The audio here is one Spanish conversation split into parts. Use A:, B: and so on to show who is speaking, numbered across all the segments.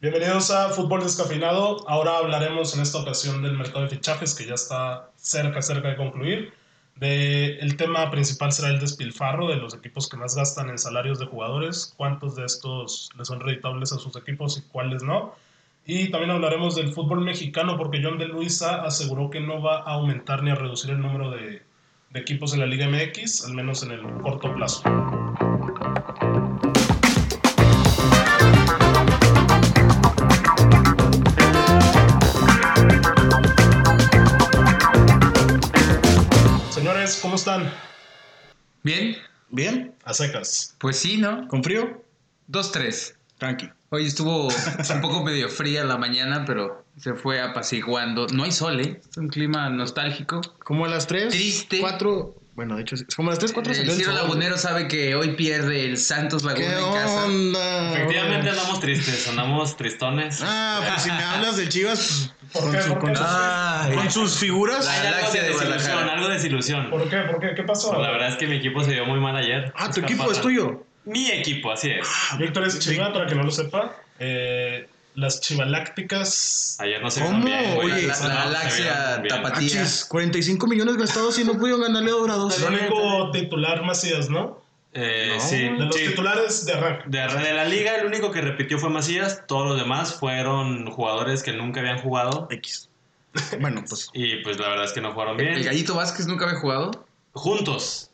A: Bienvenidos a Fútbol Descafeinado. Ahora hablaremos en esta ocasión del mercado de fichajes que ya está cerca, cerca de concluir. De, el tema principal será el despilfarro de los equipos que más gastan en salarios de jugadores, cuántos de estos les son reditables a sus equipos y cuáles no. Y también hablaremos del fútbol mexicano porque John de Luisa aseguró que no va a aumentar ni a reducir el número de, de equipos en la Liga MX, al menos en el corto plazo. Señores, ¿cómo están?
B: Bien,
C: Bien,
A: A secas.
B: pues sí, ¿no?
C: con frío,
B: Dos, tres.
C: tranqui.
B: Hoy estuvo un poco medio fría la mañana, pero se fue apaciguando. No hay sol, ¿eh? Es un clima nostálgico.
C: Como a las 3,
B: Triste.
C: 4, bueno, de hecho, sí, como a las 3, 4
B: el Eh, Ciro Lagunero sabe que hoy pierde el Santos
C: ¿Qué
B: Laguna en casa.
C: onda?
D: Efectivamente andamos tristes, andamos tristones.
C: Ah, pues si me hablas del Chivas,
A: ¿Por
C: pues,
A: qué?
C: con, su-
A: ¿Por
C: con
A: qué?
C: sus,
B: Ay.
C: con sus figuras.
B: La-
D: Hay algo
B: Galaxia
D: de
B: de
D: desilusión,
B: Guadalajara.
D: algo de desilusión.
A: ¿Por qué? ¿Por qué? ¿Qué pasó?
D: La verdad es que mi equipo se vio muy mal ayer.
C: Ah, tu
D: Esta
C: equipo
D: pata.
C: es tuyo.
D: Mi equipo, así es.
A: Víctor es chiva, para que no lo sepa. Eh, las chivalácticas.
D: Ayer no se
C: ¿Cómo?
D: vieron bien. güey.
C: Oye,
D: No
B: la-
D: se
B: la
D: vieron
B: Galaxia
D: bien.
B: Tapatía. Matías.
C: Achis, 45 millones gastados y no pudieron ganarle a Dorados.
A: El único titular Macías, ¿no?
D: Eh,
C: No.
D: sí,
A: De los
D: sí.
A: titulares de arranque.
D: De, de la liga, el único que repitió fue Macías. Todos los demás fueron jugadores que nunca habían jugado.
C: X. Bueno, pues.
D: Y pues la verdad es que no jugaron
B: ¿El
D: bien.
B: Gallito Vázquez nunca había jugado?
D: Juntos.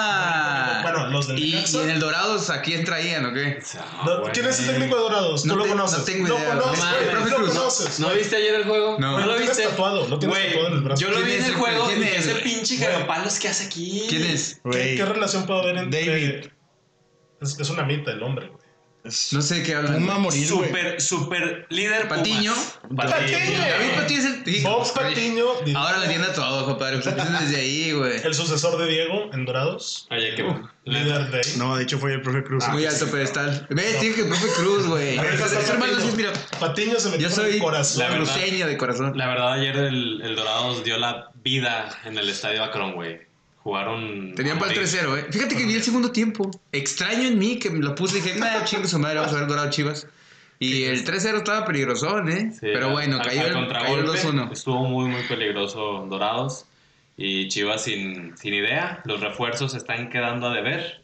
B: Ah.
A: Bueno, los del
B: ¿Y,
A: Necaxa.
B: y en el Dorados a quién traían o qué?
D: Ah,
A: No, ¿Quién es el técnico de Dorados? Tú
B: No
A: lo
B: te-
A: conoces.
B: no tengo idea,
A: Lo
B: no
A: conoces,
B: mames.
A: güey,
B: Profe
A: lo
B: Cruz, no-
A: conoces.
D: ¿No viste ayer el juego?
B: No.
A: Güey, lo
D: ¿No lo viste?
A: tienes tatuado, lo tienes
D: Güey,
A: tatuado en el brazo.
D: Yo lo vi
B: ¿Quién
D: en
B: es,
D: el
B: güey?
D: juego
B: ¿Quién
D: y
B: es,
D: ese
B: güey?
D: pinche
A: Güey.
D: cagapalos que hace aquí.
B: ¿Quién es?
A: ¿Qué,
C: güey,
A: qué relación puede haber entre.
C: David.
A: Es, es una mita el hombre, güey.
C: es
B: No sé de qué hablan.
C: un mamorir, güey.
D: Super, super líder Pumas.
B: Patiño.
A: Patiño.
B: David Patiño es el...
A: Bob
B: Oye,
A: Patiño. diría,
B: Ahora le tiene todo, compadre. Pues empiecen desde ahí, güey.
A: El sucesor de Diego en Dorados.
D: Oye, qué bueno.
A: Líder de.
C: No, de hecho fue el profe Cruz.
B: Ah, Muy alto pedestal. Ve, tiene que el profe Cruz, güey.
A: La verdad,
B: Es
A: Patiño.
B: hermano, sí, mira.
A: Patiño se metió
B: Yo
A: en
B: soy
A: el corazón.
D: La verdad.
B: cruceño de corazón.
D: La verdad, ayer el, el Dorados dio la vida en el estadio Akron, güey. Jugaron.
B: Tenían
D: a
B: para el
D: morir.
B: 3-0, eh. Fíjate que vi el segundo tiempo. Extraño en mí que me lo puse y dije, nah, chingue su madre, vamos a ver Dorado Chivas. Y el 3-0 estaba peligrosón, ¿eh?
D: Sí,
B: Pero
D: al-
B: bueno,
D: al-
B: cayó
D: al
B: el cayó
D: contragolpe. pues,
B: el 2-1.
D: Estuvo muy, muy peligroso Dorados. Y Chivas sin, sin idea. Los refuerzos están quedando a deber.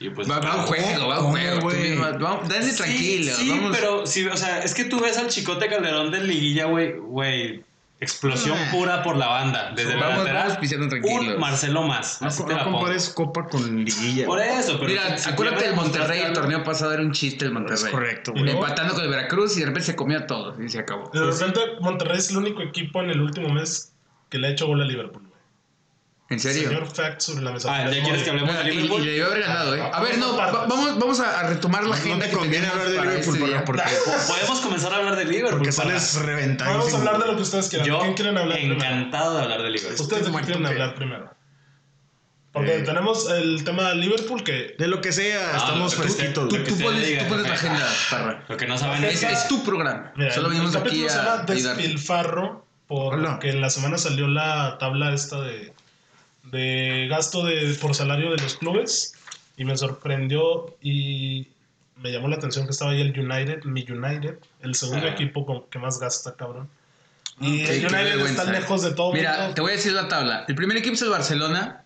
D: Y pues.
B: Va, va un juego, va un
C: ¿Cómo,
B: juego. tú
C: güey?
B: mismo, Vamos, dale
D: Sí,
B: tranquilo.
D: Sí,
B: vamos.
D: pero sí, o sea, es que tú ves al Chicote Calderón del Liguilla, güey, güey, explosión
C: Ah.
D: pura por la banda. Desde la
B: vamos,
D: lateral,
B: vamos pisando tranquilos.
D: Un Marcelo más.
C: No,
D: así
C: co-
D: Ah, te
C: no
D: la pongo.
C: compares copa con liguilla.
D: Por eso, pero.
B: Mira,
D: si- si
B: acuérdate
D: quieres
B: del Monterrey,
D: mostrarte
B: el torneo pasado era un chiste el
C: Es
B: Monterrey.
C: correcto,
A: Y
C: güey.
A: luego-
B: Empatando con el Veracruz y de repente se comió a todos y se acabó.
A: De repente, Monterrey es el único equipo en el último mes que le ha hecho gol a Liverpool. güey.
B: ¿En serio?
A: Señor Fact sobre la mesa.
D: Ah, ¿ya quieres que hablemos de
B: Y, y
D: Liverpool?
B: le debió haber ganado, ¿eh? A ver, no, va- vamos, vamos a a retomar la
C: No
B: agenda.
C: te
B: que
C: conviene
B: teníamos
C: hablar de
B: para
C: Liverpool,
B: este
C: ¿verdad?
B: día.
C: porque,
D: Po- Podemos comenzar a hablar de Liverpool.
C: porque
D: para-
C: sales reventado.
A: Vamos a hablar de lo que ustedes quieran.
D: Yo,
A: ¿Quién quieren hablar primero?
D: encantado de hablar de Liverpool.
A: Ustedes de qué
C: Estoy
A: quieren
C: muerto,
A: hablar primero. Porque
C: Eh.
A: tenemos el tema de Liverpool que
C: De lo que sea,
D: Ah,
C: estamos
D: lo que sea.
C: fresquitos.
B: Tú,
C: güey.
D: que
B: tú
D: se
B: pones,
D: diga,
B: tú pones la
D: jefe.
B: agenda, Parra.
D: Lo que no saben
B: Es,
D: es.
B: es tu programa.
A: Mira,
B: Solo venimos
A: el
B: aquí
A: capítulo se
B: a
A: llama
B: ayudar.
A: Despilfarro,
C: Hola.
A: porque en la semana salió la tabla esta de, de gasto de, por salario de los clubes y me sorprendió y me llamó la atención que estaba ahí el United, mi United, el segundo
D: Ah.
A: equipo con, que más gasta, cabrón. Y
B: Qué-
A: el
B: qué
A: United
B: vergüenza,
A: está
B: eh.
A: lejos de todo.
B: Mira,
A: mundo.
B: te voy a decir la tabla. El primer equipo es el Barcelona,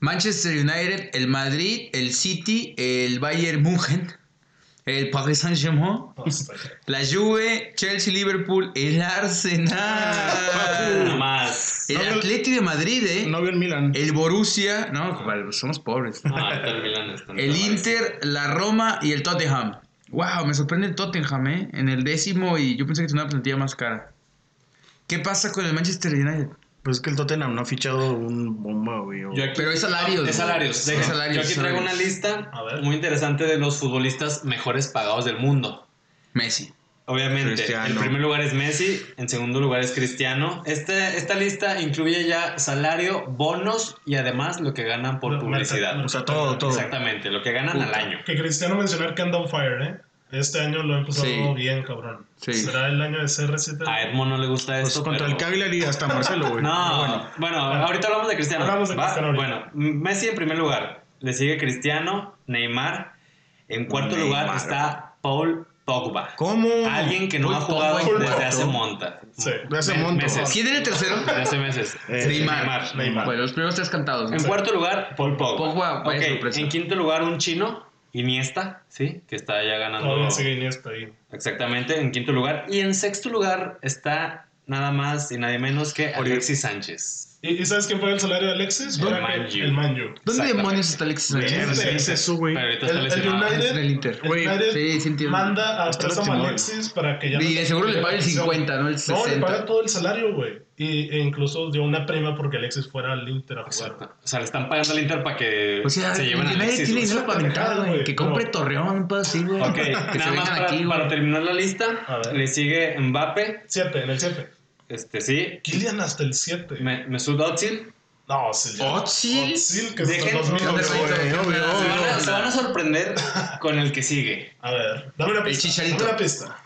B: Manchester United, el Madrid, el City, el Bayern München, el Paris Saint-Germain,
A: No, está bien.
B: la Juve, Chelsea, Liverpool, el
D: Nada
B: Arsenal,
D: más.
B: el
C: No, no.
B: Atlético de Madrid, eh,
C: No vio el Milan.
B: el Borussia, no, compadre, somos pobres.
D: Ah, ahorita el Milan está en
B: El
D: otra
B: Inter, la Roma y el Tottenham. Wow, me sorprende el Tottenham, ¿eh? En el décimo y yo pensé que tenía una plantilla más cara. ¿Qué pasa con el Manchester United?
C: Pues es que el Tottenham no ha fichado un bomba, güey. o-
D: Yo aquí-
B: Pero es salarios,
D: Es
B: güey.
D: salarios.
B: Es
D: deja.
B: salarios,
D: Yo aquí traigo
B: salarios.
D: una lista
A: A ver.
D: muy interesante de los futbolistas mejores pagados del mundo.
B: Messi.
D: Obviamente,
C: Cristiano.
D: en primer lugar es Messi, en segundo lugar es Cristiano. Este, esta lista incluye ya salario, bonos y además lo que ganan por
A: No,
D: publicidad.
A: mercado-
C: O sea, todo, todo.
D: Exactamente, lo que ganan
B: Puta.
D: al año.
A: Que Cristiano mencionar que anda on fire, ¿eh? Este año lo ha empezado
B: Sí.
A: bien, cabrón.
B: Sí.
A: ¿Será el año de CR7?
D: A Edmond no le gusta
C: Pues
D: esto.
C: contra
D: pero-
C: el Cagliari hasta Marcelo, güey.
D: No,
C: Bueno,
D: bueno, ahorita hablamos de Cristiano.
A: Hablamos de
D: ¿va?
A: Cristiano ahorita.
D: Bueno, Messi en primer lugar. Le sigue Cristiano, Neymar. En cuarto
C: Neymar.
D: lugar está Paul Pogba.
C: ¿Cómo?
D: Alguien que no
B: Uy,
D: ha jugado
B: Pogba,
D: desde
C: Pogba.
D: hace monta.
A: Sí.
C: Gracias,
D: Me-
C: Monto.
D: meses.
B: ¿Quién era el tercero?
D: Desde hace meses.
C: Eh,
B: Neymar.
A: Neymar.
B: Bueno, los primeros tres cantados. ¿no?
D: En cuarto lugar, Paul Pogba.
B: Pogba, vaya
D: Ok,
B: sorpresa.
D: En quinto lugar, un chino, Iniesta, ¿sí? Que está ya ganando.
A: Todavía sigue Iniesta ahí.
D: Exactamente, en quinto lugar. Y en sexto lugar está nada más y nadie menos que Alexis Sánchez.
A: ¿Y, y sabes quién paga el salario de Alexis?
D: El
A: Era
D: Man
A: que-
D: U.
A: El Manju.
B: ¿Dónde
D: Exactamente.
B: demonios está Alexis
C: Verga,
B: Sánchez?
A: Verga.
C: ¿qué es eso, güey?
D: Pero ahorita
A: El,
D: está
A: el
D: lesionado.
A: United,
B: Ah, es del Inter.
A: el
C: Güey,
A: United
B: sí, sí entiendo.
A: manda a
C: Está
A: préstamo a
C: lastimado.
A: Alexis para que ya...
B: Y de seguro le paga el 50, ¿no? El
A: No, le
B: 60.
A: paga todo el salario, güey. Y, e incluso dio una prima porque Alexis fuera al Inter a jugar.
D: Exacto. O sea, le están pagando al Inter para que
B: O sea,
D: se
B: el
D: lleven a
B: United
D: Alexis.
B: tiene
A: es
B: dinero
A: una
B: para
A: pendejada,
B: aventar, güey.
A: güey,
B: Que
A: pero-
B: compre Torreón, un pedo así, güey.
D: Ok,
B: Que se
D: nada más
B: vengan
D: para,
B: aquí,
D: para
B: güey.
D: terminar la lista,
A: A ver.
D: le sigue Mbappé,
A: Siete, en el 7.
D: este sí,
A: Kylian hasta el 7.
D: Me- Mesut Özil.
A: No, sí. ya.
B: ¿Ozil?
A: Ozil, que es
D: Dejen-
A: el 2000.
B: Dejen-
A: güey.
B: Dejen-
C: obvio,
B: Dejen-
D: Se
C: obvio.
D: van, a, se van a sorprender con el que sigue.
A: A ver, dame una
B: El
A: pista.
B: Chicharito.
A: Dame una pista.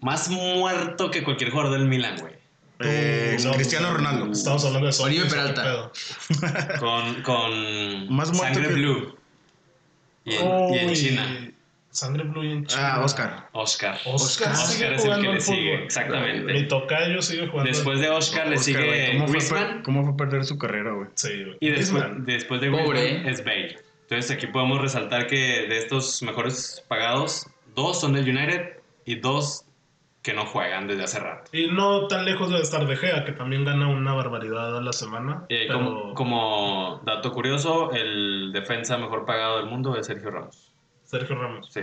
D: Más muerto que cualquier jugador del Milan, güey.
C: Eh,
A: No,
C: Cristiano
A: pues,
C: Ronaldo.
A: Estamos hablando de eso.
B: Oribe Peralta.
D: Con, con
C: Más muerto
D: Sangre
C: que-
D: Blue. Y en, y en China.
A: Sangre Blue y en China.
C: Ah, Oscar.
D: Oscar.
A: Oscar,
D: Oscar
A: sigue
D: es el
A: jugando
D: que le
A: al
D: sigue.
A: fútbol. Mi
D: Exactamente.
A: tocayo sigue jugando.
D: Después de Oscar le
C: Oscar, güey,
D: sigue
C: ¿cómo, fue per-
D: Griezmann.
C: cómo fue perder su carrera, güey?
A: Sí, güey.
D: Y después,
A: Griezmann.
D: después de
B: Pobre,
D: Griezmann
B: ¿eh?
D: es Bale. Entonces aquí podemos resaltar que de estos mejores pagados, dos son del United y dos que no juegan desde hace rato.
A: Y no tan lejos de estar De Gea, que también gana una barbaridad a la semana.
D: Eh,
A: pero-
D: como, como dato curioso, el defensa mejor pagado del mundo es Sergio Ramos.
A: Sergio Ramos.
D: Sí.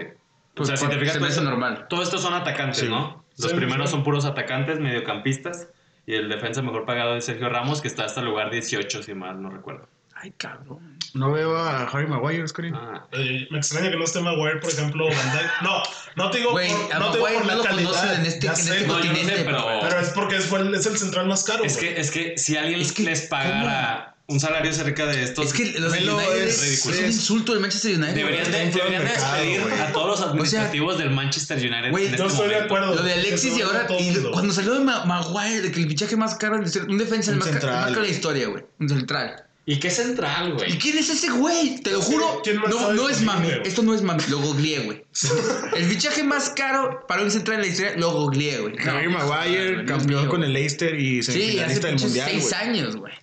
B: Pues,
D: o sea, si te fijas,
B: se me hace
D: todo-
B: normal.
D: todos estos son atacantes,
C: Sí.
D: ¿no? Los
A: Sí,
D: primeros
A: sí.
D: son puros atacantes, mediocampistas. Y el defensa mejor pagado es Sergio Ramos, que está hasta el lugar 18, si mal no recuerdo.
B: Ay, cabrón.
C: No veo a Harry Maguire, Screen.
D: Ah,
A: Eh, me extraña que no esté Maguire, por ejemplo, o Van Dijk. No, no te digo
B: Güey,
A: por,
B: a
A: no te digo
B: Maguire
A: por la
B: no lo
A: calidad.
B: conocen en este-
A: ya
B: en
A: sé,
B: este
A: güey,
D: no, yo no sé,
B: continente,
D: pero-
A: Pero es porque es, fue el- es el central más caro.
D: Es
A: güey.
D: que, es que si alguien
B: Es que-
D: les pagara un salario cerca de estos,
B: Es que los del
C: Melo
B: United
C: es
B: es,
D: ridículo.
B: un insulto del Manchester United.
D: deberían,
C: infla
D: de,
C: el
D: deberían de
C: mercado,
D: despedir
C: güey.
D: a todos los administrativos del Manchester United.
B: güey,
D: en
A: yo
D: este
A: estoy de
D: momento.
A: acuerdo.
B: Lo de
A: Que
B: Alexis
A: se
B: y ahora,
A: vaya todo
B: y
A: mundo.
B: cuando salió de Ma- Maguire, de que el fichaje más caro, de ser- un defensa el
C: Un
B: más, ca- el más
C: central.
B: caro de la historia, güey. Un central.
D: ¿Y qué central,
B: ¿Y
D: güey?
B: quién es ese güey? Te lo juro.
A: ¿Quién más
B: No,
A: sabe
B: no es
A: quién
B: mami.
A: es, güey?
B: Esto no es mami. Lo googleé, güey. El fichaje más caro para un central en la historia, lo googleé, güey. No,
C: Harry
B: joder,
C: Maguire,
B: güey, Dios
C: campeón
B: mío.
C: con el Leicester y
B: Sí, hace
C: semifinalista del
B: pinches
C: Mundial,
B: seis
C: güey.
B: años, güey.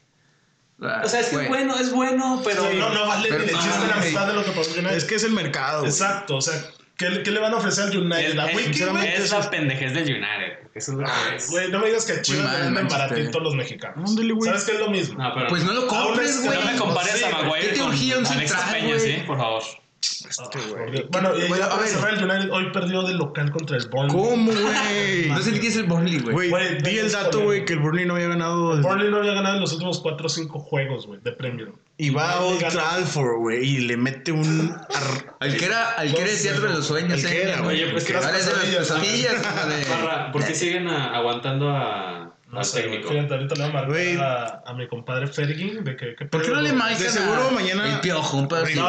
B: Ah,
D: O sea, es que es
B: güey.
D: bueno, es bueno, pero.
A: Sí, no, no vale
B: Pero-
A: ni le chiste
B: ah,
A: la
B: güey.
A: mitad de lo que pasó en United.
C: Es que es el mercado, güey.
A: Exacto, o sea, ¿qué, le- qué le van a ofrecer al
D: Es,
A: United? ¿La
D: es-
A: Wiki, güey?
D: es la pendejez del United. Eso es lo
B: Ah,
D: que es.
A: Güey, no me digas que a Chivas
B: mal,
A: le venden
B: Manchester.
A: baratito a los mexicanos.
C: Ándale, güey.
A: ¿Sabes qué es lo mismo?
D: No, pero.
B: Pues no lo compres,
A: Ahora es
B: güey.
A: que
D: no me compares
A: Sí,
D: a
A: güey.
D: Maguire
B: ¿Qué te
D: con
B: urgía un
D: Alexis
B: central,
D: Peña,
B: güey?
D: sí, por favor.
C: Este,
A: Ah, por
C: güey.
A: Dios. Bueno, y
B: Bueno,
A: ya
B: a
A: para
B: ver.
A: cerrar, el United hoy perdió del local contra el Bournemouth.
C: ¿Cómo, güey?
B: No sé ni qué es el Burnley, güey.
C: Güey,
A: Güey,
C: di el
A: es
C: dato,
A: polémico.
C: güey, que el Burnley no había ganado. desde-
A: Burnley no había ganado en los últimos 4 o 5 juegos, güey, de Premier.
C: Y va a
A: Burnley
C: Old
A: ganó.
C: Trafford, güey, y le mete un... ar-
B: Al que era, al que era el teatro de los sueños, eh,
C: Al que era, güey.
D: Oye, pues que
B: Ahora es de las
A: pesadillas,
B: pesadillas, güey.
D: Parra, ¿por qué siguen a- aguantando a,
A: Eh, No
D: al
A: sé,
D: técnico?
A: fíjate, ahorita le voy a marcar
C: Güey.
A: a, a mi compadre Fergie de que... que
B: ¿Por qué no le marcan
C: De seguro
B: a-
C: mañana-
B: El piojo, un pedo así, güey?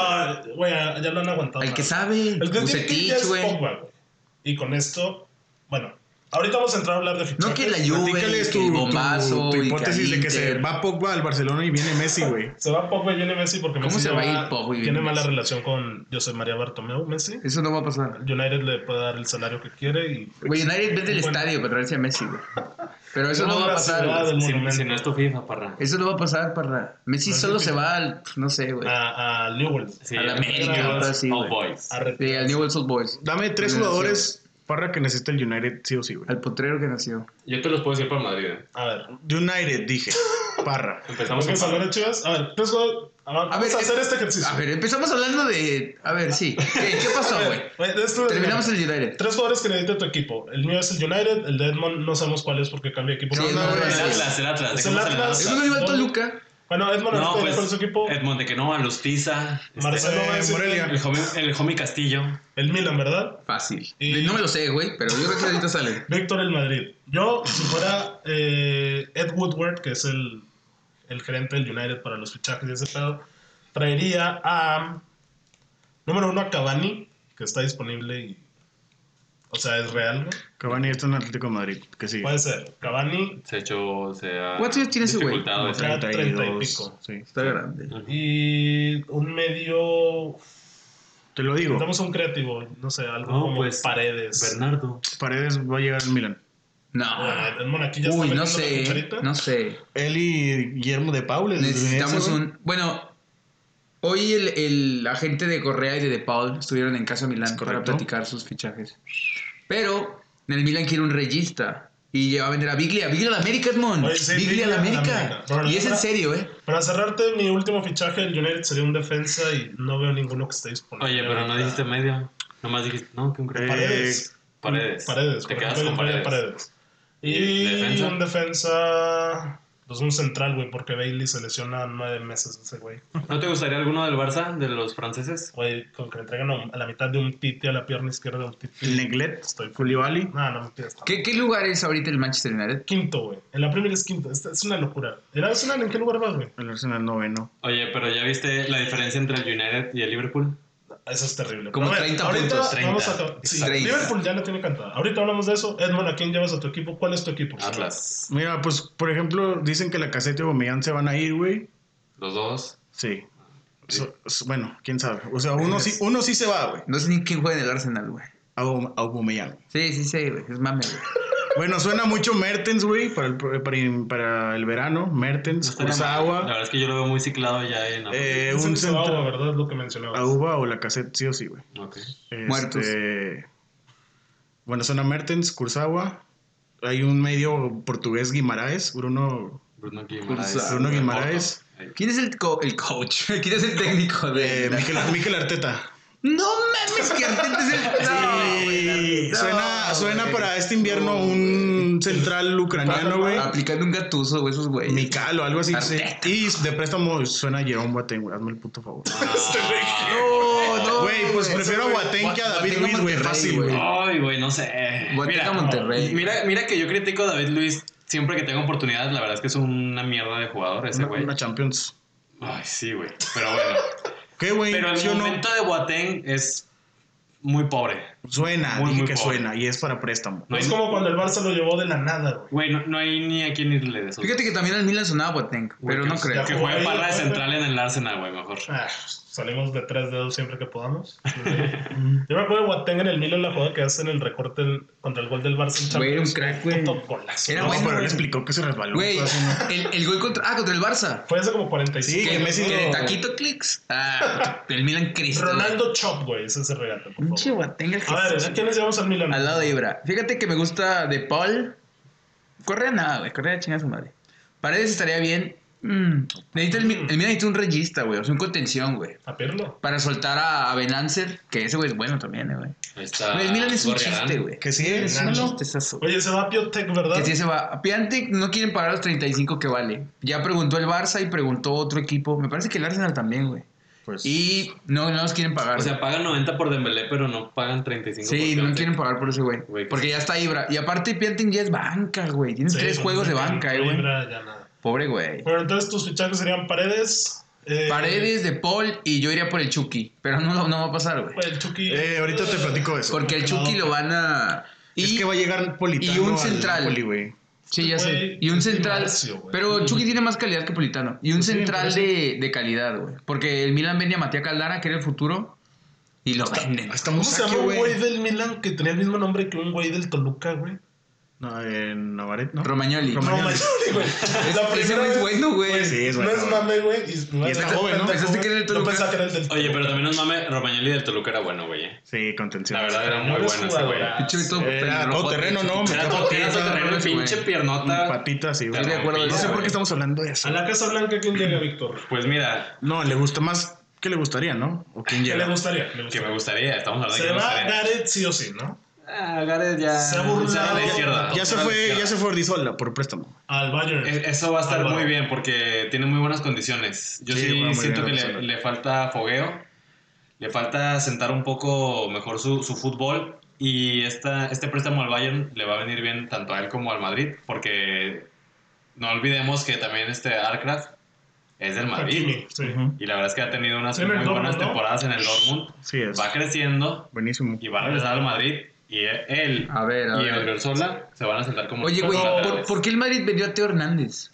A: No, güey, ya lo han aguantado.
B: Al que
A: ¿no?
B: sabe.
A: El que tiene que ya
B: Bucetich,
A: es
B: güey.
A: Pogba, güey. Y con esto, bueno, ahorita vamos a entrar a hablar de fichajes.
B: No que la Juve, que
C: Platícales
B: el
C: tu,
B: bombazo,
C: tu, tu
B: y
C: hipótesis de que se
B: Inter.
C: va Pogba al Barcelona y viene Messi, güey.
A: Se va Pogba y viene Messi porque
B: ¿Cómo
A: Messi
B: se va a
A: lleva-
B: ir Pogba y viene
A: tiene mala
B: Messi?
A: relación con José María Bartomeu, Messi.
B: Eso no va a pasar.
A: United le puede dar el salario que quiere y...
B: Güey, nadie vende el
A: Bueno.
B: estadio para traerse a Messi, güey. Pero eso no, va a
A: la
B: pasar,
A: ciudad
B: güey.
A: del
D: Si,
A: monumento.
D: si no es tu FIFA, Parra.
B: Eso no va a pasar, parra. Messi
A: No Ah, es
B: solo
A: lo
B: se
A: que-
B: va al, pues, no sé, güey.
A: A, a Newell's.
D: Sí,
B: a la
D: el-
B: América,
D: el-
B: ahora sí,
D: All
B: güey.
D: Boys.
A: A retirarse.
B: Sí, al Newell's Old Boys.
C: Dame tres
B: Generación.
C: jugadores para que necesita el United sí o sí, güey.
B: Al potrero que nació.
D: Yo te los puedo decir para Madrid. eh.
A: A ver,
C: United, dije. Parra.
A: ¿estamos
D: Empezamos con
A: a hablar
D: Parra.
A: de Chivas? A ver, pues, güey, a- vamos a,
B: ver,
A: hacer
B: eh,
A: este ejercicio.
B: A ver, empezamos hablando de. A ver, sí. ¿Qué, qué pasó,
A: A
B: güey?
A: ver, güey, de esto-
B: Terminamos el United.
A: Tres jugadores que necesita tu equipo. El mío es el United, el de Edmond no sabemos cuál es porque cambia de equipo.
B: Sí,
A: Pero
B: no,
A: no,
B: no,
A: güey,
D: El
B: no,
A: es-
D: Atlas, el Atlas.
A: Es
D: dejemos
A: el Atlas.
B: Es
A: Eso
B: uno iba al Toluca.
A: Bueno, Edmond
D: No,
A: ahorita
D: pues,
A: dejó su equipo.
D: Edmond de Quenoa, Lustiza, este,
A: Marcelo
C: Eh,
A: Messi,
C: Morelia.
D: el joven, el joven Castillo.
A: El Milan, ¿verdad?
B: Fácil.
A: Y-
B: No me lo sé, güey, pero yo creo que ahorita sale.
A: Víctor el Madrid. Yo, si fuera eh, Ed Woodward, que es el, el gerente del United para los fichajes y ese pedo, traería a. um, Número uno, a Cavani, que está disponible y. O sea, es real, güey.
C: Cavani está en Atlético de Madrid, que sí.
A: Puede ser. Cavani
D: Se ha hecho, se ha
B: ¿Cuántos años tiene ese güey?
D: dificultado
A: Como
D: ese.
A: treinta. ya 32,
C: Sí.
B: Está grande.
A: y un medio.
C: Te lo digo.
A: Necesitamos un creativo, no sé, algo
D: No,
A: como
D: pues,
A: paredes.
D: Bernardo.
C: Paredes va a llegar al Milan.
B: No.
A: Ah, el Monaquillo
B: Uy,
A: está metiendo
B: no
A: la
B: sé. ¿eh?
A: cucharita.
B: No sé.
C: Él y Guillermo de Paul. el
B: Necesitamos
C: ese, güey.
B: un. Bueno, hoy el, el agente de Correa y de De Paul estuvieron en Casa Milán
C: Es
B: para
C: correcto.
B: platicar sus fichajes. Pero en el Milan quiere un regista. Y ya va a vender a Biglia. Biglia a la América, Edmond.
A: Oye, sí,
B: Biglia a la
A: Biglia a la
B: América.
A: América. Pero
B: Y es en
A: la-
B: serio, ¿eh?
A: Para cerrarte, mi último fichaje el United sería un defensa y no veo ninguno que esté disponible.
D: Oye, pero no
A: ahorita.
D: dijiste medio. Nomás dijiste, no, que un
C: Eh,
D: creativo.
A: Paredes.
D: Paredes.
A: Paredes.
D: Te
A: por
D: quedas
A: ejemplo,
D: con
A: yo
D: paredes.
A: pondría Y,
D: ¿Y defensa?
A: un defensa. Pues un central, güey, porque Bailey se lesiona nueve meses ese güey.
D: ¿No te gustaría alguno del Barça, de los franceses?
A: Güey, con que le traigan a a la mitad de un titi a la pierna izquierda de un
C: El
A: titi.
C: Neglet,
A: Estoy.
C: Koulibaly.
A: No, no me pidas tanto.
B: ¿Qué, ¿Qué lugar es ahorita el Manchester United?
A: Quinto, güey. En la Premier es quinto. Esta- Es una locura. ¿El Arsenal en qué lugar vas, güey?
C: El Arsenal noveno.
D: Oye, pero ya viste la diferencia entre el United y el Liverpool.
A: Ah, Eso es terrible.
B: Como
A: Pero, a ver,
B: 30
A: ahorita
B: puntos,
A: Vamos
D: 30.
A: a acabar- sí,
B: 30.
A: Liverpool ya la tiene cantada. Ahorita hablamos de eso. Edmond, ¿a quién llevas a tu equipo? ¿Cuál es tu equipo?
D: Atlas.
C: Mira, pues, por ejemplo, dicen que la caseta y Bomellán se van a ir, güey.
D: Los dos.
C: Sí. So- so- bueno, quién sabe. O sea, uno sí, uno sí se va, güey.
B: No sé ni quién juega en el Arsenal, güey.
C: A Aubame- a Aubameyang.
B: Sí, sí, sí, güey. Es mame, güey.
C: Bueno, suena mucho Mertens, güey, para el, pro- para, in- para el verano.
D: No
C: Mertens,
D: estaría mal. La
C: Kurzawa,
D: verdad es que yo lo veo muy ciclado ya en...
C: eh,
A: Dicen
C: un
A: que se va,
C: centro.
A: ¿verdad? Es lo que mencionabas.
C: Auba o la cassette, sí o sí, güey.
D: Ok.
B: Muertos.
C: Este, Bueno, suena Mertens, Kurzawa. Hay un medio portugués Guimaraes, Bruno,
D: Bruno Guimaraes.
B: Cruzado.
C: Bruno Guimaraes.
D: Ahí.
B: ¿Quién es el, co- el coach? ¿Quién es el técnico de.?
C: eh, Mikel, Mikel Arteta.
B: No mames, que Arteta es el. No, güey,
C: Sí,
B: no,
C: suena, suena
B: güey.
C: para este invierno
B: No, güey.
C: un central ucraniano, güey.
B: Aplicando un gatuzo, güey, esos güeyes.
C: Mical o algo así. sí.
B: Arteta.
C: Y de préstamo suena Jerome Boateng, güey. Hazme el puto favor.
A: Este
B: No, no.
C: Güey, pues
B: ese
C: prefiero a
B: güey.
C: Boateng que a David
B: Boateng a
C: Luiz, güey.
B: Monterrey,
C: Fácil,
B: güey.
C: güey.
D: Ay, güey, no sé.
B: Boateng a
D: Mira,
B: Monterrey.
D: mira, mira que yo critico a David Luis siempre que tengo oportunidad. La verdad es que es una mierda de jugador ese
C: Una,
D: güey.
C: una Champions.
D: Ay, sí, güey. Pero bueno.
C: ¿Qué, güey?
D: Pero el
C: ¿Sí o no?
D: momento de Boateng es muy pobre.
C: Suena,
D: Muy,
C: dije
D: muy
C: que
D: pobre.
C: suena. Y es para préstamo.
D: No
A: es
D: hay-
A: como cuando el Barça lo llevó de la nada, güey.
D: Güey, no, no hay ni a quién irle de eso.
B: Fíjate que también al Milan sonaba Boateng,
D: Güey,
B: pero
D: que-
B: no creo.
D: Que
A: Ya
D: juegue
A: jugó ahí,
D: parra de
A: güey.
D: central en el Arsenal, güey, mejor.
A: Ah, salimos de tres dedos siempre que podamos. Yo me acuerdo de Boateng en el Milan la jugada que hace en el recorte el- contra el gol del Barça en
B: Güey, era un
A: Champions.
B: crack, güey.
A: Puto golazo.
B: Era
C: No,
B: bueno,
C: pero él
B: güey.
C: explicó que se resbaló.
B: Güey,
C: Fue así, ¿no?
B: el, el gol contra. Ah, contra el Barça.
A: Fue hace como 45.
C: Sí, que
A: güey.
C: Messi
B: Que de
C: no.
B: taquito clics. Ah, el Milan Cristo. güey.
A: Ronaldo Chop, güey. Ese es el regate, por
B: Pinche
A: favor.
B: Boateng. el
A: A ver,
B: Jesús.
A: ¿a quiénes llevamos al Milan?
B: Al lado de Ibra. Fíjate que me gusta de Paul. Correa nada, güey. Correa chinga su madre. Paredes estaría bien. Mm. Necesita el, Mi- el Milan necesita un regista, güey. O sea, un contención, güey.
A: ¿A Pirlo?
B: Para soltar a, a Benancer, que ese güey es bueno también, eh, güey.
D: Ahí está.
B: Güey, el Milan es un
D: Gorriarán.
B: chiste, güey.
C: Que sí
B: Es
C: es.
B: un
A: Fernando.
B: chistezazo. güey.
A: Oye, se va a Piotech, ¿verdad?
B: Que si se va. A Piantic no quieren pagar los 35 que vale. Ya preguntó el Barça y preguntó otro equipo. Me parece que el Arsenal también, güey.
C: Pues,
B: Y no, no los quieren pagar.
D: O sea, pagan 90 por Dembélé, pero no pagan 35
B: sí,
D: por
B: no
D: Kanté.
B: quieren pagar por ese güey.
D: Güey, que
B: Porque
C: pues
D: sí.
B: ya está Ibra. Y aparte, Piantic ya es banca, güey. Tienes
A: Sí,
B: tres
A: no,
B: juegos de
A: no,
B: banca, eh, güey.
A: Ibra, ya nada.
B: Pobre güey.
A: Bueno, entonces tus fichajes serían Paredes. eh,
B: Paredes de Paul y yo iría por el Chucky. Pero no, no va a pasar, güey.
A: güey, El Chucky.
C: eh, ahorita te platico eso.
B: Porque el Chucky lo van a. Y,
C: es que va a llegar Politano.
B: y un
C: al
B: central.
C: Napoli, güey.
B: Sí, ya sé.
A: Güey,
B: Y un
A: qué
B: central.
A: marcio, güey.
B: pero Chucky tiene más calidad que Politano. Y un
C: Sí,
B: central
C: me parece.
B: de, de calidad, güey. Porque el Milan vendía a Matías Caldara, que era el futuro. Y lo venden.
C: Hasta
A: ¿Cómo se
C: Musaki,
A: llama un
C: güey.
A: güey del Milan que tenía el mismo nombre que un güey del Toluca, güey?
C: No, en Navaret, ¿no?
B: Romagnoli.
C: Romagnoli.
A: No,
C: Mañana.
A: mames, güey. La
B: Ese- Ese
A: primera
B: güey es
A: vez-
B: bueno, güey.
C: pues Sí, es
A: No
C: bueno.
A: es mame, güey. Y, no,
C: Y está joven, ¿no?
B: Pensaste que era el
A: No
B: Toluca.
A: pensaba que era el del
D: Oye, pero también nos mame, Romagnoli del Toluca era bueno, güey. eh.
C: Sí, contención.
D: La verdad era muy
A: Señores
D: bueno ese güey.
A: jugadoras.
B: Pinche todo
C: Era
B: pelirrojo,
C: todoterreno, Eh, ¿no?
B: chiquito.
D: Era todo era todo
B: Ese
D: terreno,
B: güey.
D: pinche piernota.
C: Patitas, sí, güey.
B: Estoy de acuerdo.
C: No sé por qué estamos hablando de
A: A
C: eso.
A: la Casa Blanca, ¿quién llega, Víctor?
D: Pues mira,
C: No, le gusta más que le gustaría, ¿no? ¿O quién
A: ¿Qué le
C: llega?
A: gustaría? Le
D: que
A: gustaría.
D: me gustaría, estamos hablando de
A: Se
D: que me
A: va
D: gustaría.
A: Gareth sí o sí, ¿no?
D: Ah, Gareth ya.
A: Se ha burlado.
D: Se va a la izquierda.
C: Ya se
D: va a la
C: fue,
D: izquierda.
C: ya se fue Ordizola por préstamo.
A: Al Bayern.
D: E- Eso va a estar
A: Álvaro.
D: muy bien porque tiene muy buenas condiciones. Yo
C: Sí,
D: sí,
C: juega muy
D: siento que
C: bien
D: le,
C: Barcelona.
D: le falta fogueo, le falta sentar un poco mejor su, su fútbol y esta, este préstamo al Bayern le va a venir bien tanto a él como al Madrid porque no olvidemos que también este Arcraft es del Madrid
A: Hakimi, sí.
D: y la verdad es que ha tenido unas
A: En el
D: muy buenas
A: Dortmund, ¿no?
D: temporadas en el Dortmund,
C: Sí, es.
D: va creciendo
C: Buenísimo.
D: y va a regresar al Madrid y él
A: Ah,
B: A ver, a
D: y
B: ver.
D: Odriozola se van a sentar como
B: Oye,
D: los
B: güey,
D: laterales.
B: ¿por, por qué el Madrid vendió a Teo Hernández?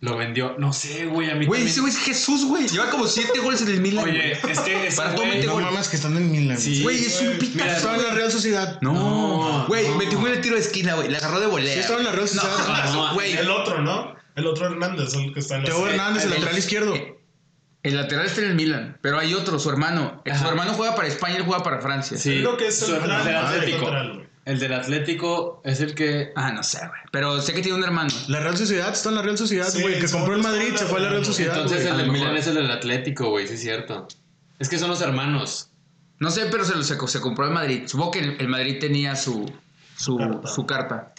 D: Lo vendió. No sé, güey. A mí
B: Güey,
D: también-
B: ese güey es Jesús, güey. Lleva como 7 goles en el Milan.
D: Oye,
B: güey.
D: es que. Ese
B: Para todo
D: güey,
B: mete
C: No
D: no,
B: gol.
C: mames, que están en Milan.
D: Sí,
B: Güey, es un
A: güey.
B: pitazo.
C: Mira, estaba en la
B: güey.
C: Real Sociedad.
B: No,
D: No,
B: güey,
D: no.
B: metió un gol de tiro de esquina, güey. La agarró de volea.
C: Sí, estaba en la Real
B: No,
C: Sociedad.
B: jodas, güey.
A: El otro, ¿no? El otro Hernández, el que está en la
C: Teo Hernández, el
B: el-
C: lateral izquierdo.
B: eh, El lateral está en el Milan, pero hay otro, su hermano.
D: Ajá.
B: Su hermano juega para España, él juega para Francia.
D: Sí,
A: Creo que es
D: su-
A: central,
D: del
A: ¿no?
D: Atlético.
A: Lateral, güey.
D: El del Atlético es el que.
B: Ah, no sé, güey. Pero sé que tiene un hermano.
C: La Real Sociedad está en la Real Sociedad,
A: Sí,
C: güey. que
A: sí,
C: compró el
A: está en
C: Madrid,
A: la-
C: se fue a pues, la Real Sociedad.
D: Entonces
C: güey.
B: a
D: el del
B: lo
D: Milan
B: mejor.
D: es el del Atlético, güey, sí es cierto. Es que son los hermanos.
B: No sé, pero se lo se, se compró el Madrid. Supongo que el, el Madrid tenía su, su,
A: Carta.
B: su carta.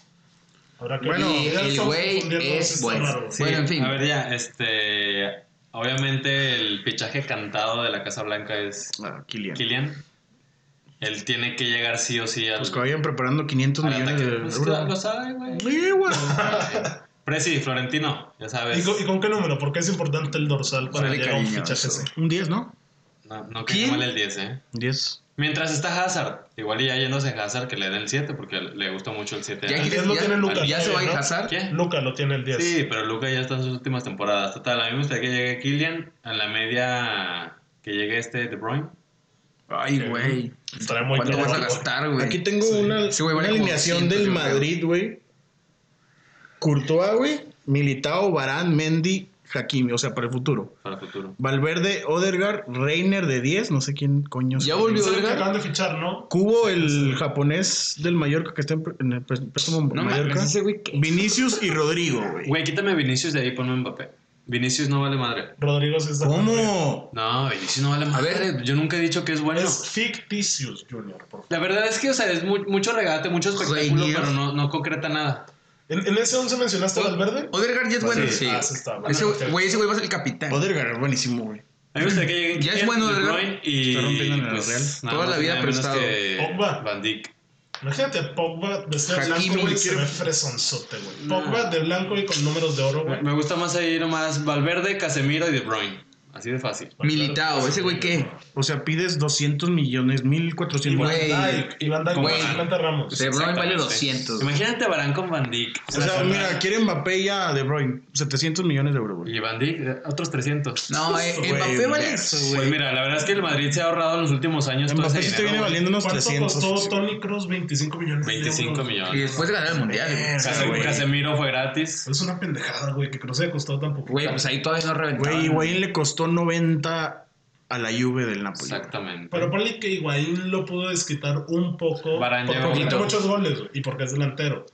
A: Habrá que
C: Bueno,
B: y
A: Ya
B: el
A: estamos
B: güey
A: confundiendo, sí
B: es
A: está
B: bueno.
A: raro, güey.
D: Sí,
B: Bueno, en fin.
D: A ver, ya, este. Obviamente el fichaje cantado de la Casa Blanca es
C: Ah, Kylian.
D: Kylian. Él tiene que llegar sí o sí al.
C: Pues que vayan preparando 500
D: al
C: millones
D: ataque.
C: de
D: Pues, Lo
C: euros.
D: sabe, güey.
C: Sí, güey.
D: Presi, Florentino, ya
A: ¿Y
D: sabes.
A: con, y con qué número? Porque es importante el dorsal para
B: Sale
A: llegar a un
B: cariñoso.
A: fichaje así.
C: Un 10, ¿no?
D: No, no que
B: ¿Quién?
D: mal el 10, ¿eh?
C: Un 10.
D: Mientras está Hazard, igual y ya yéndose Hazard que le den el 7 porque le gustó mucho el 7.
B: Ya,
D: a-
A: El
B: aquí-
A: 10 lo
B: ya-
A: tiene Luca.
B: Ya se va a
A: ¿no?
B: enjazar.
D: ¿Qué?
A: Luca lo tiene el 10.
D: Sí, pero Luca ya está en sus últimas temporadas. Total, a mí me gustaría que llegue Kylian a la media que llegue este De Bruyne.
B: Ay, güey.
A: Estará muy
B: ¿Cuánto vas a
A: cabrón, güey.
B: gastar, güey?
C: Aquí tengo una,
B: Sí, güey,
C: una
B: vale como
C: alineación
B: 200,
C: del
B: yo creo.
C: Madrid, güey. Courtois, güey. Militao, Barán, Mendy, Hakimi. O sea, para el futuro.
D: Para el futuro.
C: Valverde, Odegaard, Reiner de 10. No sé quién coño.
B: Ya
C: es.
B: volvió
A: Es el que
B: Odegaard.
A: acaban de fichar, ¿no?
C: Cubo, el japonés del Mallorca que está en, pre- en el pré- préstamo
B: No
C: Mallorca.
B: mames, ese güey. ¿qué?
C: Vinicius y Rodrigo, güey.
D: Güey, quítame a Vinicius de ahí, ponme a Mbappé. Vinicius no vale madre.
A: Rodrigo sí está.
C: ¿Cómo?
D: No, Vinicius no vale
B: A
D: madre.
B: ver.
D: yo nunca he dicho que es bueno.
A: Es ficticios, Junior, por favor.
D: La verdad es que, o sea, es mu- mucho regate, mucho espectáculo,
B: Genios.
D: pero no, no concreta nada.
A: ¿En, en ese 11 mencionaste al verde?
B: Odegaard ya es bueno.
A: Sí,
B: Sí.
A: ah, sí está bueno.
B: Ese güey- güey, ese güey va a ser el capitán.
C: Odegaard es buenísimo, güey.
D: A mí me gustaría que llegue
B: Ya es
D: Kylian,
B: bueno,
D: De
B: Delgado.
D: Bruyne y
C: Está rompiendo en el
D: pues,
C: Real.
D: nada
B: Toda
D: más
B: la
D: y
B: vida
D: nada menos
B: prestado.
D: que
A: Pogba.
D: Van Dijk.
A: Imagínate a Pogba de ser
B: Hakimi,
A: blanco, güey, se
B: quiero-
A: ve fresonzote, güey.
D: No.
A: Pogba de blanco y con números de oro, güey.
D: Me gusta más ahí nomás Valverde, Casemiro y De Bruyne. Así de fácil.
B: Militao, ese güey qué.
C: O sea, pides 200 millones, 1400
A: Iván
B: Güey.
A: Dijk, Iván Dijk,
D: Güey.
A: Samantha Ramos.
B: De Bruyne vale
D: Exactamente.
B: 200. güey.
D: Imagínate a Barán con Van Dijk.
C: O sea, mira, quieren Mbappé ya De Bruyne. 700 millones de euros, güey.
D: Y Van Dijk, eh, otros 300.
B: No, eh,
A: Güey,
B: Mbappé vale
C: verso,
B: eso,
D: Pues
B: güey.
D: mira, la verdad es que el Madrid se ha ahorrado en los últimos años todo ese
C: Mbappé sí te
D: dinero.
C: viene
D: güey.
C: valiendo unos
A: ¿Cuánto
C: 300.
A: costó Tony Cruz? 25 millones. de
D: 25
A: euros.
B: Y
D: millones.
B: después de ganar el mundial, güey.
C: Verga,
D: Case-
C: güey.
D: Casemiro fue gratis.
A: Es una pendejada, güey, que Cruz haya costado tan poco.
B: Güey, pues ahí todavía no reventó.
D: Ah,
C: Güey, Higuaín le costó 90 a la Juve del Napoli.
D: Exactamente.
A: Pero ponle que Higuaín lo pudo desquitar un poco.
D: Varane
A: por-
D: lleva
A: porque metió
B: poquito.
A: muchos goles güey, y porque es delantero.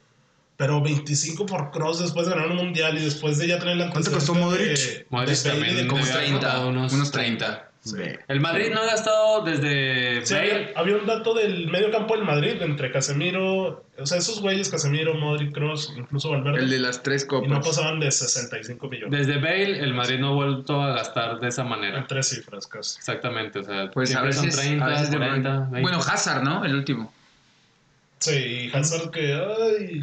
A: Pero 25 por Cross después de ganar un mundial y después de ya tener la
C: ¿Cuánto costó Modric?
D: Modric también
A: como
D: debe-
B: 30,
D: unos-
B: unos 30.
C: Ve.
D: El Madrid no ha gastado desde
A: Sí,
D: Bale.
A: había, había un dato del medio campo del Madrid entre Casemiro, o sea, esos güeyes, Casemiro, Modric, Cross, incluso Valverde,
B: El de las tres
A: y no
B: copas.
A: pasaban de 65 millones.
D: Desde Bale, el Madrid no ha vuelto a gastar de esa
A: En
D: manera.
A: tres cifras casi.
D: Exactamente, o sea,
B: Pues a
D: siempre son
B: veces,
D: 30,
B: a veces de
D: 40,
B: Bruyne.
D: 20.
B: Bueno, Hazard, ¿no? El último.
A: Sí, y Hazard que, ay,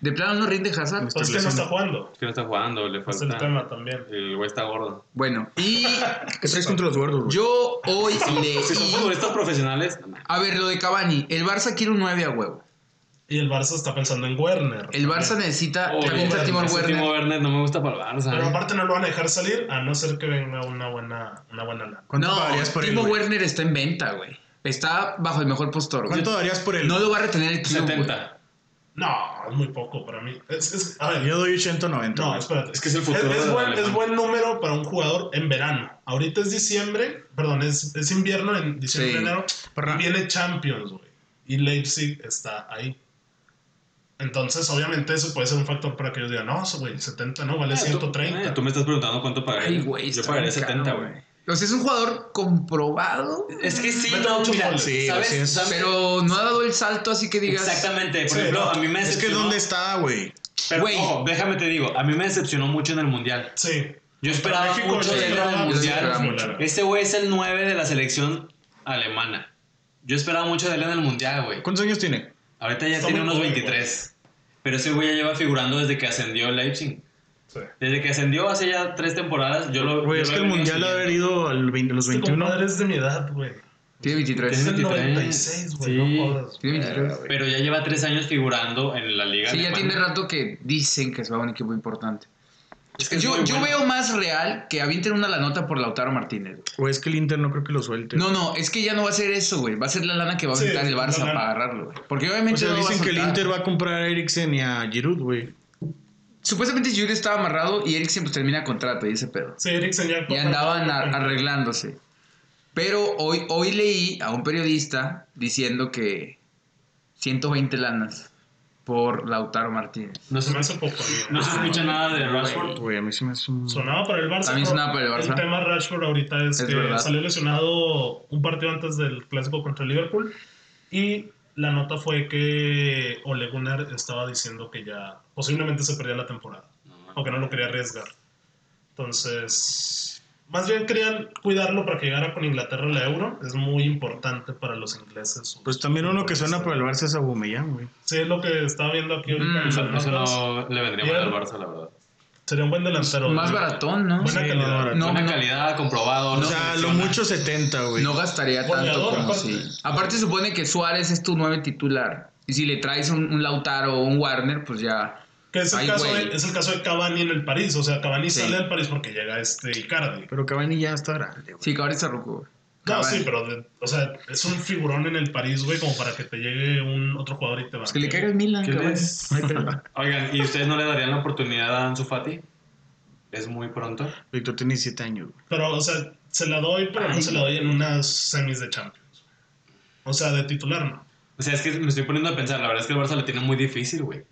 B: De plano no rinde Hazard.
A: pues que no está jugando.
D: que no está jugando, le
A: Es el
D: falta.
A: tema también.
D: El güey está gordo.
B: Bueno, y
C: ¿Qué traes contra los gordos, güey?
B: yo hoy leí.
D: Si son futbolistas profesionales, no, no.
B: A ver, lo de Cavani. El Barça quiere un 9 a huevo.
A: Y el Barça está pensando en Werner.
B: El Barça necesita.
D: Oye,
B: También está
A: Werner,
B: Timor
D: ese Timo
B: Werner.
D: Werner no me gusta para el Barça.
A: Pero
D: eh.
A: aparte no lo van a dejar salir a no ser que venga una buena, una buena lana.
C: ¿Cuánto
B: no,
C: pagarías por él?
B: Timo
C: güey?
B: Werner está en venta, güey. Está bajo el mejor postor. güey.
C: ¿Cuánto darías por él?
B: No lo va a retener el club.
D: 70.
A: No, es muy poco para mí. Es, es- a ver,
C: Yo doy 80 90.
A: no,
C: güey.
A: espérate.
D: Es que es el futuro
A: Es,
D: del
A: buen,
D: alemán.
A: es buen número para un jugador en verano. Ahorita es diciembre, perdón, es, es invierno, en diciembre,
B: Sí.
A: enero.
C: Parra.
A: Viene Champions, güey. Y Leipzig está ahí. Entonces, obviamente, eso puede ser un factor para que ellos digan, no, güey, 70 no, vale
D: Eh, tú- eh,
A: 130.
D: tú me estás preguntando cuánto pagaría.
B: Ay, güey.
D: Yo
B: está
D: pagaría
B: muy caro,
D: 70, güey.
B: O sea, es un jugador comprobado,
D: Es que sí,
A: Mete
D: no,
A: ocho
D: mira,
A: goles.
C: Sí,
D: ¿sabes?
C: así es.
D: Dame-
B: pero no ha dado el salto, así que digas.
D: Exactamente, por
A: Sí,
D: ejemplo,
A: no.
D: a mí me
C: Es que
D: decepcionó.
C: ¿dónde está, güey?
D: Pero,
B: Güey.
D: ojo, déjame te digo, a mí me decepcionó mucho en el Mundial.
A: Sí.
D: Yo esperaba
A: México,
D: mucho
A: sí,
D: de él
A: yo
D: en el
A: sí
B: esperaba
D: Mundial.
A: mucho.
D: Este güey es el 9 de la selección alemana. Yo esperaba mucho de él en el Mundial, güey.
C: ¿Cuántos años tiene?
D: Ahorita ya
A: Está
D: tiene
A: muy
D: unos
A: joven,
D: 23. Pero ese güey ya lleva figurando desde que ascendió el Leipzig.
A: sí.
D: Desde que ascendió hace ya tres temporadas, yo lo.
C: Güey,
D: yo
C: es
D: lo
C: que el
D: he venido
C: mundial ha
D: siguiendo.
C: haber ido a los
A: Este
C: 21.
A: compadre es de mi edad, güey.
B: Tiene 23.
A: Es el
D: 23.
A: 96, güey,
D: Sí.
A: no jodas.
B: Tiene 23.
D: Pero ya lleva tres años figurando en la liga.
B: Sí, ya
D: alemana.
B: tiene rato que dicen que se va a un equipo importante.
D: Es que es
B: yo
D: muy
B: yo
D: bueno.
B: veo más real que avienten una la nota por Lautaro Martínez. güey.
C: O es que el Inter no creo que lo suelte.
B: No, no, es que ya no va a ser eso, güey. Va a ser la lana que va a
A: Este, Sí,
B: aventar el Barça
A: la lana.
B: para agarrarlo, güey. Porque
C: O
B: obviamente
C: sea,
B: no lo va a
C: dicen que el
B: soltar.
C: Inter va a comprar a Eriksen y a Giroud, güey.
B: Supuestamente Yuri estaba amarrado y Eriksen pues termina contrato y ese pedo.
A: Sí, Eriksen ya...
B: Y andaban ar- arreglándose. Pero hoy, hoy leí a un periodista diciendo que 120 lanas por Lautaro Martínez.
D: No
A: Se
D: se,
A: me hace poco, güey.
D: no se escucha nada de Rashford.
C: Güey, a mí se me hace un...
A: Sonaba para el Barça.
B: También
A: pero
B: sonaba para el Barça.
A: El tema Rashford ahorita es,
B: Es
A: que
B: verdad.
A: salió lesionado un partido antes del clásico contra el Liverpool y la nota fue que Ole Gunnar estaba diciendo que ya posiblemente se perdía la temporada o que no lo quería arriesgar. Entonces, más bien querían cuidarlo para que llegara con Inglaterra la Euro. Es muy importante para los ingleses.
C: Pues también uno que suena para el Barça es Aubameyang, güey.
A: Sí, es lo que estaba viendo aquí ahorita.
B: Mm,
A: en las
D: Eso, eso
A: notas.
D: no le vendría mal al Barça, la verdad.
A: Sería un buen delantero.
B: Más
A: ¿no?
B: baratón, ¿no?
A: Buena
C: Sí,
A: calidad.
C: no, barato.
B: No,
D: Buena
B: no.
D: calidad, comprobado.
C: O
D: no
C: sea, lo
D: selecciona.
C: mucho 70, güey.
B: No gastaría tanto
A: Goleador,
B: como
A: aparte.
B: si. Aparte supone que Suárez es tu nueve titular. Y si le traes un, un Lautaro o un Warner, pues ya.
A: Que es el,
B: Ay,
A: caso
B: güey.
A: de, es el caso de Cavani en el París. O sea, Cavani
B: Sí.
A: sale al París porque llega este Icardi.
C: Pero Cavani ya está grande, güey.
B: Sí, cabrón está ruco.
A: No,
B: Cavani.
A: sí, pero de- o sea, es un figurón en el París, güey, como para que te llegue un otro jugador y te va.
B: Pues que le caiga el Milan,
D: ¿Qué
B: cabrón.
D: les- Oigan, ¿y ustedes no le darían la oportunidad a Ansu Fati? Es muy pronto.
C: Víctor tiene 7 años, güey.
A: Pero, o sea, se la doy, pero no
B: Ay.
A: se la doy en unas semis de Champions. O sea, de titular, no.
D: O sea, es que me estoy poniendo a pensar. La verdad es que el Barça le tiene muy difícil, güey.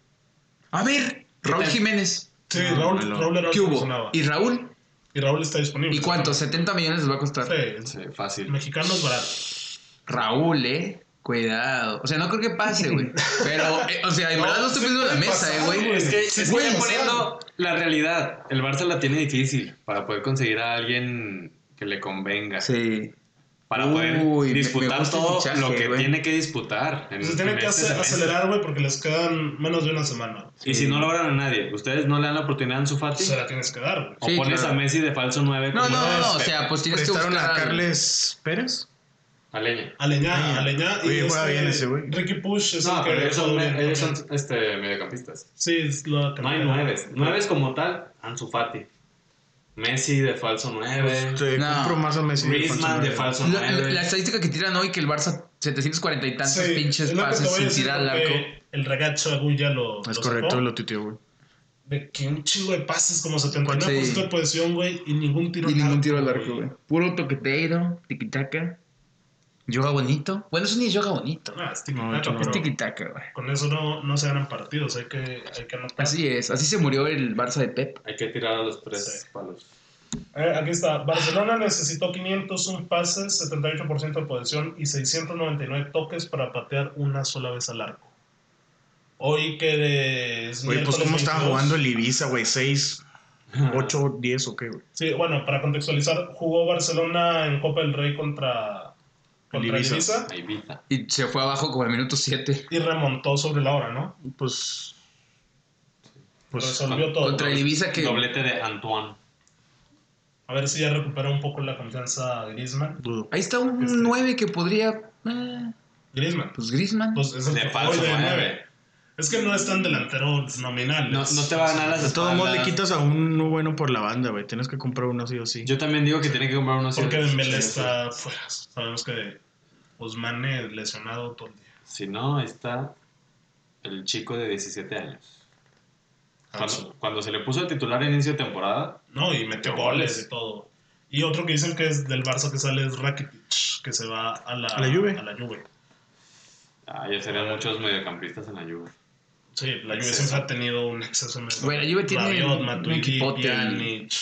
B: A ver,
D: ¿Qué
B: Raúl
D: tal?
B: Jiménez.
A: Sí,
C: No,
A: Raúl,
C: no, no.
A: Raúl era el
B: ¿Qué
A: que
B: hubo?
A: sonaba.
B: ¿Y
A: Y,
B: Raúl?
A: Raúl está disponible.
B: ¿Y cuánto? ¿70 millones les va a costar?
A: Sí,
D: Sí, fácil.
A: mexicano es barato.
B: Raúl, eh. Cuidado. O sea, no creo que pase, güey. Pero, eh, o sea, en
A: No,
B: verdad no estoy
A: sí
B: pidiendo la
A: puede
B: mesa,
A: pasar,
B: eh, güey.
A: güey.
D: Es que
A: Sí,
D: es
A: puede
D: que
A: pasar.
D: poniendo la realidad. El Barça la tiene difícil para poder conseguir a alguien que le convenga.
B: Sí.
D: Para poder
B: Uy, me- me
D: disputar
B: gusta el
D: todo
B: fichaje,
D: lo que
B: güey.
D: tiene que disputar. en-
A: Entonces tienen
D: en
A: que
D: este
A: hacer-
D: semestre.
A: acelerar, güey, porque les quedan menos de una semana.
D: Y si no logran a nadie, ¿ustedes no le dan la oportunidad a Ansu Fati?
A: Se la tienes que dar, güey.
D: ¿O
B: Sí,
D: pones
B: claro.
D: a Messi de falso 9?
B: No, no, no, no, o sea, pues tienes que
C: ¿Prestaron
B: buscar
C: a
B: al-
C: Carles Pérez?
D: A Leña.
A: Aleñá,
C: Aleñá.
A: Aleñá. este
C: Oye, juega bien ese güey.
A: Ricky Push es
D: No,
A: el que
D: pero ellos
A: juega
D: son,
A: bien
D: me- ellos
A: también.
D: son este, mediocampistas.
A: Sí, es la
D: No hay
A: cantidad.
D: nueves. Nueves como tal, Ansu Fati. Messi de falso 9.
C: Te
B: Eh, No.
C: Este, compro más a Messi. de falso
D: Griezmann de
C: nueve.
D: falso
B: La, la-
D: 9.
B: la estadística que tiran hoy que el Barça 740 y tantos
A: Sí,
B: pinches
A: es lo que te
B: pases
A: voy a
B: sin
A: decir,
B: tirar al
A: porque
B: arco.
A: El ragazzo Agulla lo.
C: Es
A: lo
C: correcto,
A: sacó,
C: lo tuiteó, güey.
A: De que un chingo de pases, como 79%
B: Sí.
A: de posesión, güey, y ningún tiro
B: Y
A: al
B: ningún
A: arco,
B: tiro al arco, güey. Puro toquetero, tiquitaca. Yoga bonito. Bueno, eso ni es yoga bonito.
A: Ah, es tiki-taka,
C: No, de hecho,
A: pero
B: Es tiquitaca, güey.
A: Con eso no, no se ganan partidos, hay que, hay que anotar.
B: Así es. Así se murió el Barça de Pep.
D: Hay que tirar a los tres
A: Sí.
D: palos.
A: A ver, aquí está. Barcelona necesitó 501 pases, 78% de posesión y 699 toques para patear una sola vez al arco. Hoy que es
C: Güey, pues
A: miércoles
C: cómo estaba
A: 22.
C: jugando el Ibiza, güey. 6, 8, 10 o qué, güey.
A: Sí, bueno, para contextualizar, jugó Barcelona en Copa del Rey contra, contra el
C: Ibiza.
A: Ibiza
D: Ahí Vita.
B: Y se fue abajo como al minuto 7.
A: y remontó sobre la hora, ¿no?
C: Pues. Pues.
A: Resolvió todo.
B: Contra el Ibiza que...
D: Doblete de Antoine.
A: A ver si ya recupera un poco la confianza Griezmann.
C: Dudo.
B: Ahí está un
A: Este.
B: 9 que podría... eh,
A: Griezmann.
B: pues Griezmann.
A: Pues es el
D: De
A: que
D: falso ¿eh?
A: hoy de
D: 9.
A: nueve. Es que no es tan delantero nominal.
D: No,
A: es-
D: no te va a ganar las
C: De todos modos le
D: espaldas.
C: quitas a un bueno por la banda, güey. Tienes que comprar uno así o sí.
D: Yo también digo que tiene que comprar unos
A: Porque
D: ciertos-
A: Dembélé está fuera. Sabemos que Usman es lesionado todo el día.
D: Si no, ahí está el chico de 17 años. Cuando,
A: Ansu.
D: cuando se le puso el titular al inicio de temporada,
A: No, y metió goles y todo. Y otro que dicen que es del Barça que sale es Rakitic, que se va a la,
C: ¿A la Juve?
A: A la Juve.
D: ah, ya serían muchos mediocampistas en la Juve.
A: Sí, la Juve
D: Exceso.
A: siempre ha tenido un exceso. en el-
B: Güey, la Juve tiene
A: Rabiot,
B: un
A: Matuidi,
B: equipote.
A: Pjanic.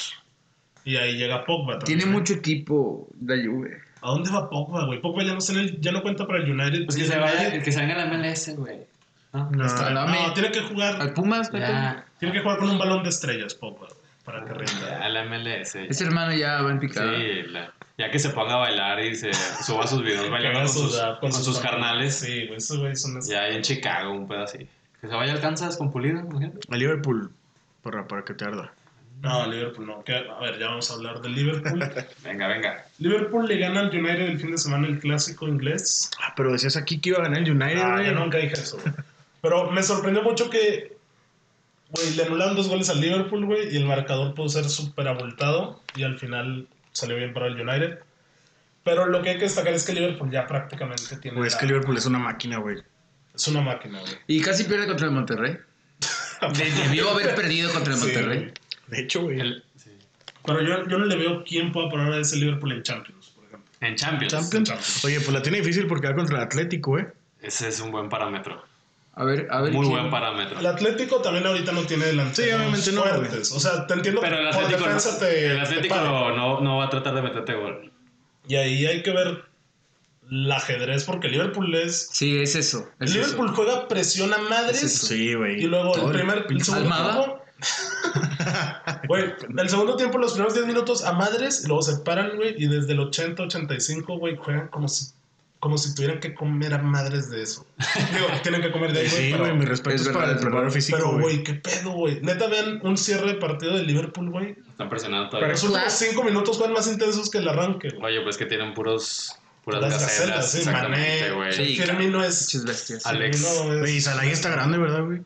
A: Y ahí llega Pogba también. ¿eh?
B: Tiene mucho equipo la Juve.
A: ¿A dónde va Pogba, güey? Pogba ya no, está en el- ya no cuenta para el United.
D: Pues que se vaya, que se venga la MLS, güey. ¿No?
C: No,
A: Está-
B: no,
A: no,
B: me-
A: tiene que jugar.
B: Al Pumas, Pepe?
D: Ya,
A: Tiene que jugar con un balón de estrellas, Pogba, güey, para que rinda.
D: ya la MLS. ya.
B: Ese hermano ya va en picada.
D: Sí, la- ya que se ponga a bailar y se suba sus videos bailando
A: Haga
D: con sus,
A: sudar
D: con sus carnales.
A: Sí, güey, esos güeyes son
D: Ya ahí en Chicago, un pedo así. Que se vaya alcanzas con Pulido, imagínate.
C: A Liverpool. Para, para que te arda.
A: No, Liverpool no. Que- A ver, ya vamos a hablar de Liverpool.
D: Venga, venga.
A: Liverpool le gana al United el fin de semana el clásico inglés.
C: Ah, pero decías aquí que iba a ganar el United,
A: Ah,
C: güey.
A: yo nunca dije eso. güey. Pero me sorprendió mucho que Güey, le anularon dos goles al Liverpool, güey, y el marcador pudo ser súper abultado y al final salió bien para el United. Pero lo que hay que destacar es que Liverpool ya prácticamente tiene...
C: Güey, es
A: la-
C: que Liverpool es una máquina, güey.
A: es una máquina, güey.
B: Y casi pierde contra el Monterrey. De- Debió haber perdido contra el
A: Sí,
B: Monterrey.
A: güey.
C: De hecho, güey.
D: El- sí.
A: Pero yo, yo no le veo quién pueda parar a ese Liverpool en Champions, por ejemplo.
D: En Champions.
C: Champions.
A: Champions.
C: Oye, pues la tiene difícil porque va contra el Atlético, eh.
D: Ese es un buen parámetro.
B: A ver, a ver.
D: Muy
B: quién-
D: buen parámetro.
A: El Atlético también ahorita no tiene delanteros
C: Sí, obviamente no, güey.
A: fuertes. O sea, te entiendo
D: Pero el
A: por
D: Atlético,
A: defensa
D: no,
A: te-
D: el
A: te
D: Atlético
A: para.
D: no, no va a tratar de meterte gol.
A: Y ahí hay que ver el ajedrez porque Liverpool es...
B: Sí, es eso. es
A: Liverpool juega presión a madres
B: Es eso.
C: Sí, güey.
A: y luego
C: Todo
A: el primer... El segundo
B: Almada.
A: tiempo... Güey, el segundo tiempo, los primeros 10 minutos a madres y luego se paran, güey, y desde el 80-85, güey, juegan como si... Como si tuvieran que comer a madres de eso. Digo, tienen que comer de ahí,
C: Sí,
A: pero-
C: güey, mi respeto
B: Es
C: es
B: verdad,
C: para el
B: es verdad.
C: preparador físico,
A: Pero,
C: güey.
A: güey, qué pedo, güey. Neta, vean un cierre de partido de Liverpool, güey.
D: Están presionando
A: Pero
D: todavía.
A: los últimos cinco minutos fueron más intensos que el arranque, güey.
D: Oye, pues que tienen puros puras
A: Las
D: gacelas.
A: gacelas, sí,
D: exactamente,
A: Mané.
D: güey.
B: Sí.
A: Firmino es...
B: Muchas bestias.
A: Ah.
D: Al- Alex.
A: Firmino es-
C: Güey, y Salah ya está grande, ¿verdad, güey?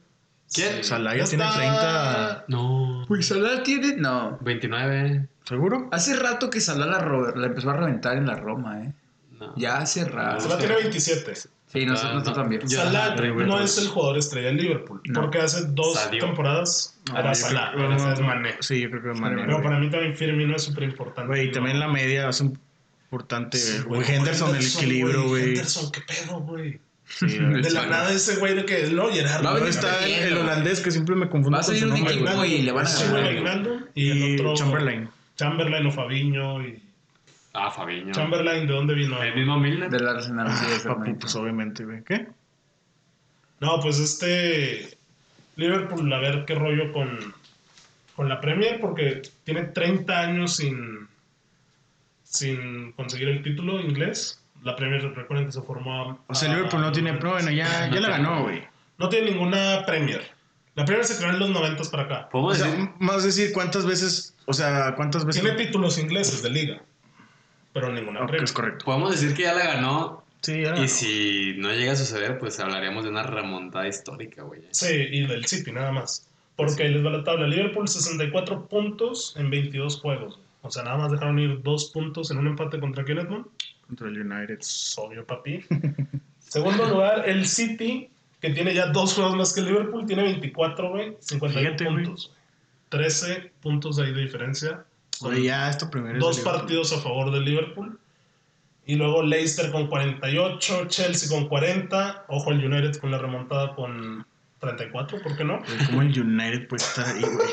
D: ¿Quién?
A: Sí.
C: Salah ya
A: Ya
C: tiene
A: está.
C: 30.
D: No.
B: Uy, Salah tiene. No.
D: 29.
C: ¿Seguro?
B: Hace rato que Salah la, ro- la empezó a reventar en la Roma, ¿eh?
D: No.
B: Ya hace rato.
A: Salah tiene 27.
B: Sí, no, no,
D: no.
B: también.
D: Yo-
A: Salah
D: Yo-
A: no es
C: pues.
A: el jugador estrella del Liverpool.
B: No.
A: Porque hace dos
D: Sadio.
A: temporadas
B: No,
A: era
B: yo
A: Salah.
C: creo-
A: ahora es Mané.
C: Sí, yo creo que Mané.
A: Pero
C: güey.
A: para mí también Firmino es súper importante.
C: Güey, y también la media es importante.
A: Sí,
C: güey, Henderson, el equilibrio, güey.
A: Henderson, qué pedo, güey.
C: Sí, güey.
A: De la
B: España.
A: nada ese güey de que... No, Gerard.
B: Va a
C: Luego
B: venir
C: está el,
B: perdiendo,
C: el
B: güey.
C: holandés que siempre me confundo
B: Va a
C: con
B: salir
C: su
B: un
C: nombre,
B: equipo,
C: güey.
B: güey, y le van a
A: Sí,
B: ganar.
A: güey, Wijnaldum
C: Y,
A: Y el otro...
C: Chamberlain.
A: Chamberlain o Fabiño y...
D: Ah, Fabiño.
A: Chamberlain, ¿de dónde vino?
D: El mismo Milner.
B: Del Arsenal. sí,
C: Ah, papu,
B: exactamente.
C: pues obviamente, güey. ¿Qué?
A: No, pues este. Liverpool, a ver qué rollo con, con la Premier, porque tiene 30 años sin, sin conseguir el título inglés. La Premier, recuerden que se formó. a-
C: O sea, Liverpool no tiene. Pero bueno, ya, ya la ganó, güey.
A: No tiene ninguna Premier. La Premier se creó en los 90 para acá.
C: O
D: ¿Podemos
C: sea,
D: decir?
C: más decir cuántas veces. O sea, cuántas veces.
A: Tiene títulos ingleses de liga, pero ninguna
C: Ah, que
A: Premier.
C: es correcto.
D: Podemos decir que ya la ganó.
C: Sí, ya.
D: Y si no llega a suceder, pues hablaríamos de una remontada histórica, güey.
A: Sí, y del City nada más. Porque ahí les va la tabla. Liverpool 64 puntos en 22 juegos. O sea, nada más dejaron ir dos puntos en un empate contra quién, Edmund?
C: Contra el United.
A: Es obvio, papi. Segundo lugar, el City, que tiene ya dos juegos más que el Liverpool, tiene 24, güey. 51
C: Fíjate, güey.
A: puntos. güey. 13 puntos ahí de diferencia. Con
C: Oye, ya, esto primero es
A: dos
C: de Liverpool.
A: partidos a favor del Liverpool. Y luego Leicester con 48, Chelsea con 40. Ojo, el United con la remontada con 34, ¿por qué no?
C: Güey, ¿Cómo el United puede estar ahí, güey?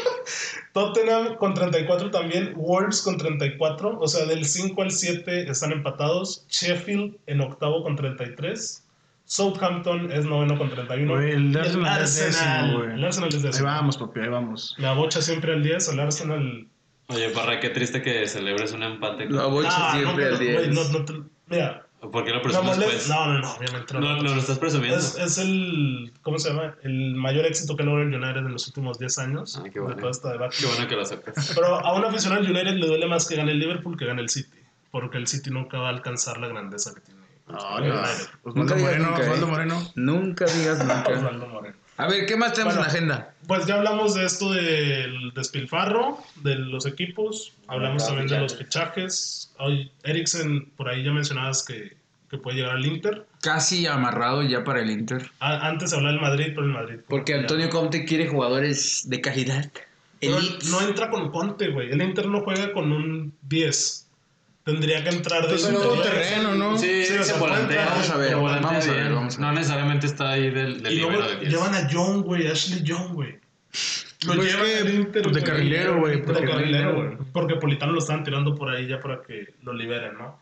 A: Tottenham con 34 también, Wolves con 34, o sea, del 5 al 7 están empatados, Sheffield en octavo con 33, Southampton es noveno con 31,
C: Güey, el
A: y
C: Arsenal es décimo, güey.
A: el Arsenal es
C: Ahí
A: décimo.
C: vamos, papi, ahí vamos.
A: La bocha siempre al 10, el Arsenal...
D: Oye, Parra, qué triste que celebres un empate.
B: La bocha
A: Ah, no,
B: siempre
A: no,
B: al
A: güey,
B: 10.
A: no, no te- mira,
D: ¿Por qué lo
A: no,
D: presumes,
A: molest-
D: pues?
A: no, no, no, obviamente no.
D: No, no lo estás presumiendo.
A: es, es el, ¿cómo se llama? El mayor éxito que logra el United en los últimos 10 años,
D: Ah, qué
A: de
D: bueno.
A: toda esta debacle.
D: Qué bueno que lo aceptas.
A: Pero a un aficionado al United le duele más que gane el Liverpool que gane el City. Porque el City nunca va a alcanzar la grandeza que tiene.
C: No,
A: no.
B: Nunca
C: Osvaldo
B: digas
C: Moreno,
B: nunca, ¿eh?
C: Osvaldo Moreno.
B: Nunca digas nunca.
A: Osvaldo Moreno.
B: A ver, ¿qué más tenemos
A: Bueno.
B: en la agenda?
A: Pues ya hablamos de esto del despilfarro, de los equipos, hablamos
D: Mercado
A: también
D: de
A: de los fichajes. Ay, Eriksen, por ahí ya mencionabas que, que puede llegar al Inter.
B: Casi amarrado ya para el Inter.
A: A- antes hablaba del Madrid, pero el Madrid.
B: Porque Antonio Conte quiere jugadores de calidad.
A: Pero
B: Elite.
A: no entra con Conte, güey. El Inter no juega con un 10. Tendría que entrar de
C: Pues es un
A: interior.
C: todoterreno, ¿no?
D: Sí,
A: Sí, o
D: se
A: sea,
D: volantea.
A: vamos
B: a ver,
D: se volantea
B: vamos a ver,
D: bien.
B: vamos a ver.
D: No necesariamente está ahí del, del
A: Y luego
D: libero de 10.
A: llevan a John, güey, Ashley John, güey. Lo
C: Pues
A: llevan
C: que,
A: al Inter,
C: pues, de
A: güey.
C: carrilero, güey, porque
A: De
C: no hay
A: carrilero,
C: dinero.
A: güey. Porque Politano lo estaban tirando por ahí ya para que lo liberen, ¿no?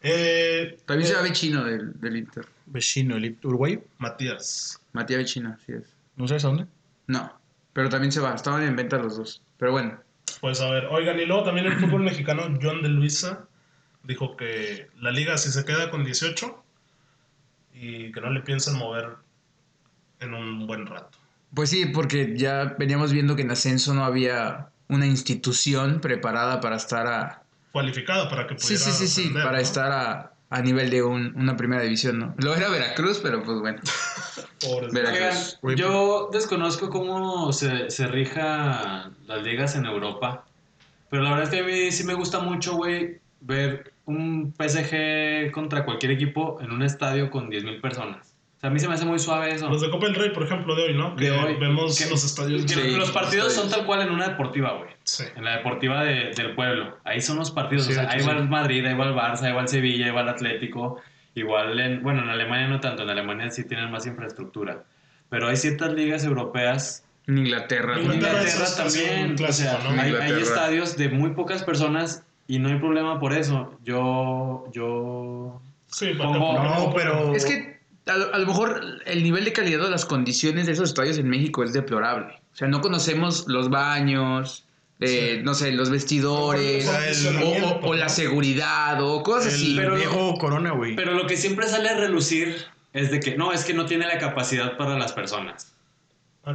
A: Eh,
B: También
A: eh,
B: se ve chino del, del Inter.
C: Vecino, el uruguayo.
A: Matías.
B: Matías Vecino, así es.
C: ¿No sabes a dónde?
B: No, pero también se va. Estaban en venta los dos. Pero bueno,
A: Pues a ver, oigan, y luego también el fútbol mexicano, John de Luisa, dijo que la liga si se queda con 18 y que no le piensan mover en un buen rato.
B: pues sí, porque ya veníamos viendo que en ascenso no había una institución preparada para estar a...
A: Cualificada para que
B: Sí,
A: pudiera.
B: sí, sí, sí,
A: ascender,
B: para
A: ¿no?
B: estar a, a nivel de un- una primera división, ¿no? Lo era Veracruz, pero pues bueno.
A: Pobres.
B: Verá-
D: Oigan,
B: Veracruz.
C: Güey,
D: yo desconozco cómo se, se rija las ligas en Europa. Pero la verdad es que a mí sí me gusta mucho, güey, ver un PSG contra cualquier equipo en un estadio con 10.000 personas. O sea, a mí se me hace muy suave eso.
A: Los de Copa del Rey, por ejemplo, de hoy, ¿no?
D: De
A: Que
D: hoy.
A: Vemos
D: Que-
A: los estadios.
D: que
B: Sí,
D: los partidos son
B: estadios.
D: tal cual en una deportiva, güey.
A: Sí.
D: En la deportiva de- del pueblo. Ahí son los partidos.
C: Sí,
D: o sea,
C: de hecho,
D: ahí va
C: sí.
D: el Madrid, ahí va el Barça, ahí va el Sevilla, ahí va el Atlético. Igual en, bueno, en Alemania no tanto, en Alemania sí tienen más infraestructura. Pero hay ciertas ligas europeas.
B: En Inglaterra.
D: En
B: güey.
A: Inglaterra
D: Inglaterra
A: es casi
D: también.
A: un clásico,
D: o sea,
A: ¿no?
D: hay, hay
B: Inglaterra.
D: estadios de muy pocas personas y no hay problema por eso. Yo, yo
A: Sí,
D: Pongo-
A: vale.
C: No, pero.
B: Es que a lo, a lo mejor el nivel de calidad o las condiciones de esos estadios en México es deplorable. O sea, no conocemos los baños, eh,
A: Sí.
B: no sé, los vestidores,
C: O sea, el-
B: o, o- o la seguridad, o cosas así. Er,
C: El
D: pero-
C: viejo Corona, güey.
D: Pero lo que siempre sale a relucir es de que no, es que no tiene la capacidad para las personas.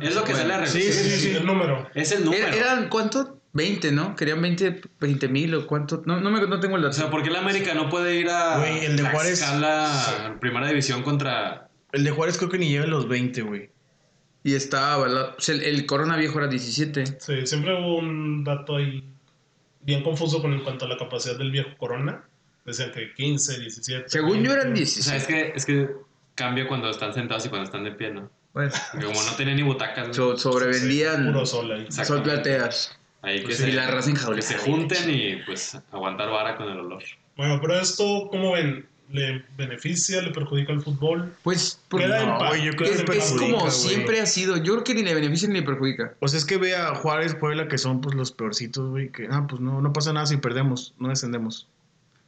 D: Es lo que
B: Bueno,
D: sale a
C: sí,
D: relucir.
A: Sí, sí, sí. El número.
D: Es el número.
B: Era- ¿Eran cuánto? 20, ¿no? Querían 20, 20 mil o cuánto. No, no, me, no tengo el
D: O sea,
B: dato.
D: ¿por qué el América no puede ir a
C: Güey, el de Juárez-
D: Tlaxcala en primera división contra
C: El de Juárez creo que ni lleva los 20, güey.
B: Y estaba avalado. O sea, el, el Corona Viejo era 17.
A: Sí, siempre hubo un dato ahí bien confuso con en cuanto a la capacidad del viejo Corona. Decían que 15, 17.
B: Según yo eran
A: 20.
B: 17.
D: O sea, es que, es que cambia cuando están sentados y cuando están de pie, ¿no?
B: Bueno,
D: Porque como no tenía ni butacas, güey,
B: so-
A: Sí,
B: sobrevendían.
A: Puro sol ahí.
D: Exacto.
B: Son plateas.
D: ahí que,
B: Pues
D: se,
B: sí, la raza enjaulada.
D: que se junten y pues aguantar vara con el olor.
A: Bueno, pero esto, ¿cómo ven? ¿Le beneficia? ¿Le perjudica al fútbol?
B: Pues por-
A: Queda
C: No,
A: en paz.
C: güey, yo creo que
B: es,
C: le
B: que es como
C: perjudica, güey.
B: siempre ha sido. Yo creo que ni le beneficia ni le perjudica.
C: O sea, es que ve a Juárez, Puebla, que son pues los peorcitos, güey. Que, ah, pues no, no pasa nada si perdemos, no descendemos.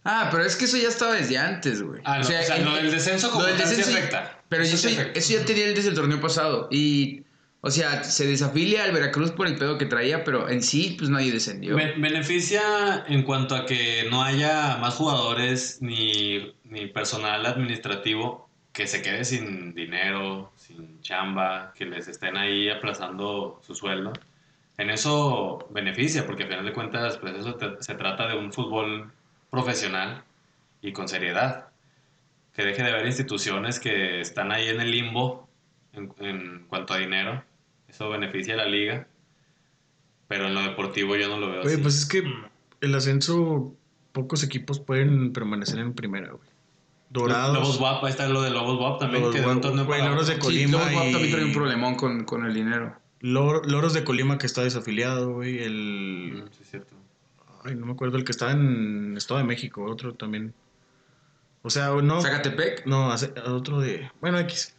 B: Ah, pero es que eso ya estaba desde antes, güey.
D: Ah, lo- o sea, lo del descenso como tal sí
B: sí,
D: afecta.
B: Pero
D: Eso
B: yo
D: sí
B: soy-
D: afecta.
B: eso ya tenía él desde el torneo pasado. Y, o sea, se desafilia al Veracruz por el pedo que traía, pero en sí, pues nadie descendió.
D: Be- beneficia en cuanto a que no haya más jugadores ni, ni personal administrativo que se quede sin dinero, sin chamba, que les estén ahí aplazando su sueldo. En eso beneficia, porque a final de cuentas, pues eso te- se trata de un fútbol profesional y con seriedad. Que deje de haber instituciones que están ahí en el limbo en- en cuanto a dinero. Eso beneficia a la liga. Pero en lo deportivo yo no lo veo
C: Güey,
D: así.
C: pues es que
A: Mm.
C: el ascenso, pocos equipos pueden permanecer en primera, güey. Dorados.
D: Lobos WAP, ahí está lo de Lobos WAP también,
C: Lobos
D: que de un
C: WAP,
D: torneo
C: güey,
D: para
C: Loros
D: otro.
C: de
B: Sí,
C: Colima.
B: luego Bob
C: y-
B: también traía un problemón con, con el dinero.
C: Lor- Loros de Colima que está desafiliado, güey. El.
D: Mm, sí, es cierto.
C: Ay, no me acuerdo, el que está en Estado de México, otro también. O sea, no.
B: Zacatepec.
C: No, hace- otro de. Bueno, X.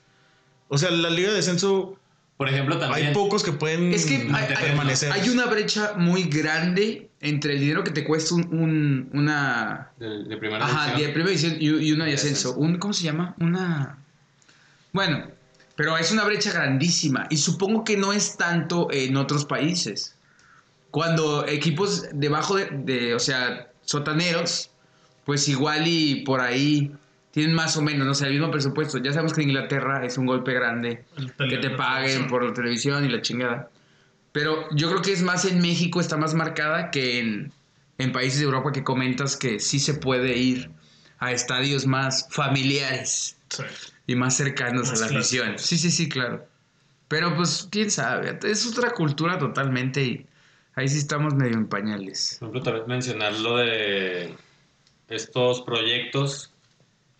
C: O sea, la Liga de Descenso,
D: Por ejemplo, también.
C: hay pocos que pueden
B: Es que
D: Mm,
B: hay, hay-
C: permanecer.
B: hay una brecha muy grande entre el dinero que te cuesta un, un- una
D: De, de primera
B: Ajá, de
D: división.
B: primera edición y, y una de
D: De
B: ascenso.
D: ascenso.
B: Un, ¿Cómo se llama? Una... Bueno, pero es una brecha grandísima y supongo que no es tanto en otros países. Cuando equipos debajo de, de, o sea, sotaneros, pues igual y por ahí tienen más o menos, no sé, el mismo presupuesto. Ya sabemos que en Inglaterra es un golpe grande
A: El
B: que te
A: tele-
B: paguen por la televisión y la chingada. Pero yo creo que es más en México, está más marcada que en, en países de Europa que comentas que sí se puede ir a estadios más familiares
A: Sí.
B: y más cercanos
A: Más
B: a la
A: clásicos.
B: afición. Sí, sí, sí, claro. Pero pues, quién sabe, es otra cultura totalmente y ahí sí estamos medio en pañales.
D: Por ejemplo, también mencionar lo de estos proyectos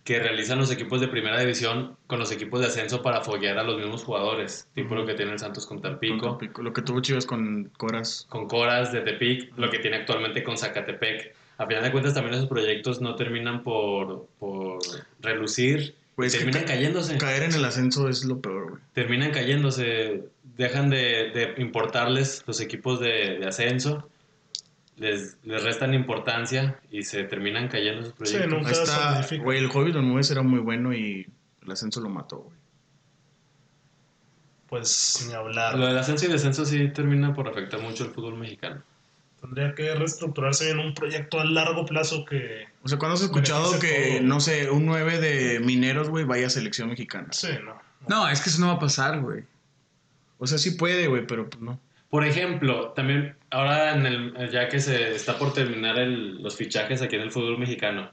D: que realizan los equipos de primera división con los equipos de ascenso para foguear a los mismos jugadores. Tipo lo que tiene el Santos con Tampico,
C: Pico, Lo que tuvo Chivas con Coras.
D: con Coras de Tepic, lo que tiene actualmente con Zacatepec. A final de cuentas, también esos proyectos no terminan por, por relucir.
C: Pues es que
D: terminan
C: ca-
D: cayéndose.
C: Caer en el ascenso es lo peor, güey.
D: terminan cayéndose, dejan de, de importarles los equipos de, de ascenso, les, les restan importancia y se terminan cayendo sus
A: Sí,
D: proyectos.
A: nunca
C: Ahí está,
A: solidifica.
C: güey, el hobby Don Mueves era muy bueno y el ascenso lo mató, güey.
A: Pues ni hablar.
D: Lo del ascenso y descenso sí termina por afectar mucho el fútbol mexicano.
A: Tendría que reestructurarse en un proyecto a largo plazo que...
C: O sea, ¿cuándo has escuchado
A: Beneficia
C: que,
A: todo.
C: no sé, un 9 de mineros, güey, vaya a selección mexicana?
A: Sí, no.
B: No, es que eso no va a pasar, güey.
C: O sea, sí puede, güey, pero pues no.
D: Por ejemplo, también ahora en el, ya que se está por terminar el- los fichajes aquí en el fútbol mexicano,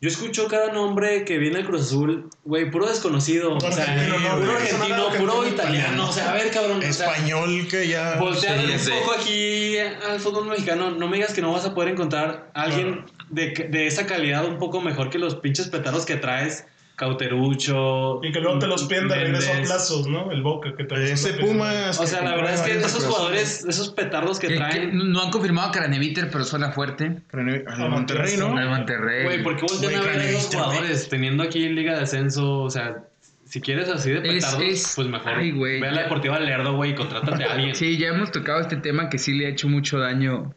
D: Yo escucho cada nombre que viene al Cruz Azul, güey, puro desconocido. O sea,
A: Argentino, no,
D: puro
A: güey.
D: argentino, puro italiano. O sea, a ver, cabrón. o sea,
C: Español que ya.
D: Volteando
B: Sí, ya sé.
D: un poco aquí al fútbol mexicano, no me digas que no vas a poder encontrar a alguien de, de esa calidad un poco mejor que los pinches petaros que traes, Cauterucho.
A: Y que luego te los piden de regreso a
D: Méndez.
A: plazos, ¿no? El Boca que te
C: Ese este Pumas.
D: O sea, la verdad es que esos jugadores, esos petardos que
B: Que- que
D: traen,
B: no han confirmado a Craneviter, pero suena fuerte.
C: René-
A: Ah,
C: Al Monterrey, ¿no?
B: Al Monterrey.
D: güey, ¿por qué voltean
C: Güey,
D: a ver a esos
B: ¿eh?
C: Craneviter, güey.
D: jugadores teniendo aquí Liga de Ascenso? O sea, si quieres así de
B: Es-
D: petardos,
B: es-
D: pues mejor
B: ay, güey,
D: ve a la
B: ya-
D: Deportiva Lerdo, güey, y contrátate a alguien.
B: Sí, ya hemos tocado este tema que sí le ha hecho mucho daño.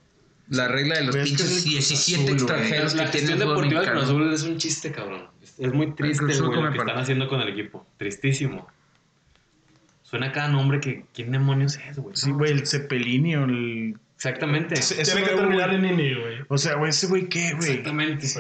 B: La regla de los
C: Ves que es
B: pinches
C: el
B: 17
C: Cruz Azul, güey.
B: extranjeros
D: la
B: que tiene
D: gestión
B: el fútbol
D: deportiva del Cruz
B: mexicano.
D: Azul es un chiste, cabrón. Es- Es muy triste
B: Cruz Azul
D: güey, lo
B: come
D: que
B: parte.
D: están haciendo con el equipo. Tristísimo. Suena cada nombre que... ¿Quién demonios es, güey?
C: Sí,
D: No.
C: güey, el Cepelini o el.
D: Exactamente.
C: Ese- ese
A: Tiene que
C: güey,
A: terminar
C: güey.
A: en INI, güey.
C: O sea, güey, ese güey, ¿qué, güey?
D: Exactamente.
A: Sí.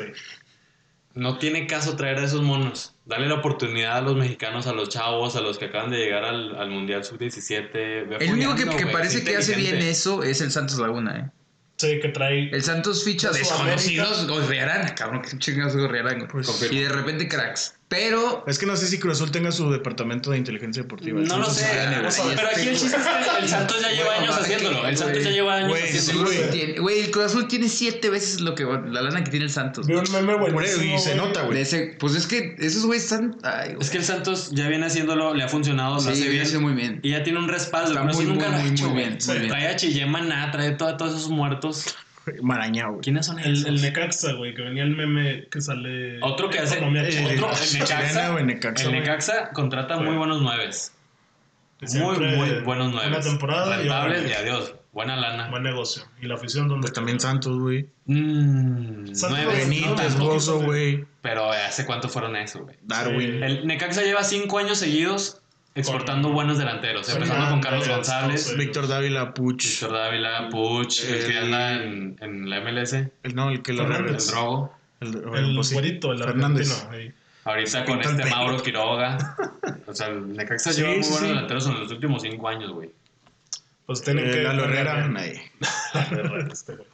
D: No tiene caso traer a esos monos. Dale la oportunidad a los mexicanos, a los chavos, a los que acaban de llegar al, al Mundial Sub-17. Ve
B: El único que,
D: apoyando,
B: que
D: güey,
B: parece
D: es
B: que hace bien
D: inteligente.
B: eso es el Santos Laguna, eh.
A: Sí, que trae.
B: El Santos ficha
A: De Sudamérica.
B: desconocidos, gorrearán, cabrón, que chingados gorrearán. güey.
C: Pues,
D: Confirmo.
B: y de repente cracks. Pero
C: es que no sé si Cruz Azul tenga su departamento de inteligencia deportiva.
D: No lo
C: Entonces,
D: sé,
C: dale,
D: o sea,
B: güey.
D: pero aquí el chiste es que el Santos ya lleva
B: Bueno,
D: años
B: mames,
D: haciéndolo.
B: güey.
D: El Santos ya lleva años
C: Güey,
D: haciéndolo.
B: seguro
C: güey.
B: que tiene. Güey, el Cruz Azul tiene siete veces lo que la lana que tiene el Santos.
A: Vi un meme, güey.
C: Hombre, y se nota, güey.
B: De ese- pues es que esos güeyes están. Ay, güey.
D: Es que el Santos ya viene haciéndolo, le ha funcionado, lo
B: Sí,
D: hace
B: lo
D: bien.
B: hace muy bien.
D: Y ya tiene un respaldo,
B: Está
D: pero
B: muy,
D: sí nunca
B: muy,
D: lo ha
B: muy,
D: hecho,
B: muy
D: güey.
B: bien, muy bien.
D: Trae a Chillemana, trae todo- a todos esos muertos.
C: güey. Marañá, güey.
D: ¿Quiénes son
A: El,
D: esos?
A: el Necaxa, güey, que venía el meme que sale.
D: Otro que hace-
A: Economía
D: eh,
A: chilena.
D: otro-
C: el
D: el Necaxa.
C: Chilena o el Necaxa,
D: El
C: güey.
D: Necaxa contrata
A: Sí.
D: muy buenos nueves.
A: Que
D: Muy,
A: siempre
D: muy buenos nueves.
A: Una temporada y
D: Rentables y
A: ahora,
D: adiós. Buena lana.
A: Buen negocio. Y la afición donde.
C: Pues también Santos, güey.
D: Mm,
A: Santos
D: nueve,
A: Benítez,
D: no,
C: Benítez,
D: tampoco.
A: Bozo,
C: Bozo, güey.
D: Pero eh, ¿hace cuánto fueron eso, güey?
C: Darwin.
D: El Necaxa lleva cinco años seguidos exportando buenos delanteros.
A: Con
D: Empezando con Carlos
A: Hernández,
D: González,
A: sí.
C: Víctor Dávila, Puch.
D: Víctor Dávila, Puch, el, que
C: El-
D: anda en, en la MLS,
C: El, no, el que lo
A: Fernández.
D: el
C: regresa.
D: Drogo.
C: El,
A: El
C: pues sí,
A: güerito, el
C: Fernández.
A: argentino. ahí.
D: Ahorita con
C: pinta el
D: este
C: pelo.
D: Mauro Quiroga. O sea, el Necaxa
C: Sí,
D: lleva muy
C: sí,
D: buenos
C: sí.
D: delanteros en los últimos cinco años, güey.
A: Pues tienen que.
C: el Eh, Lalo Herrera,
A: ponerle-
C: nadie.
A: Este, güey.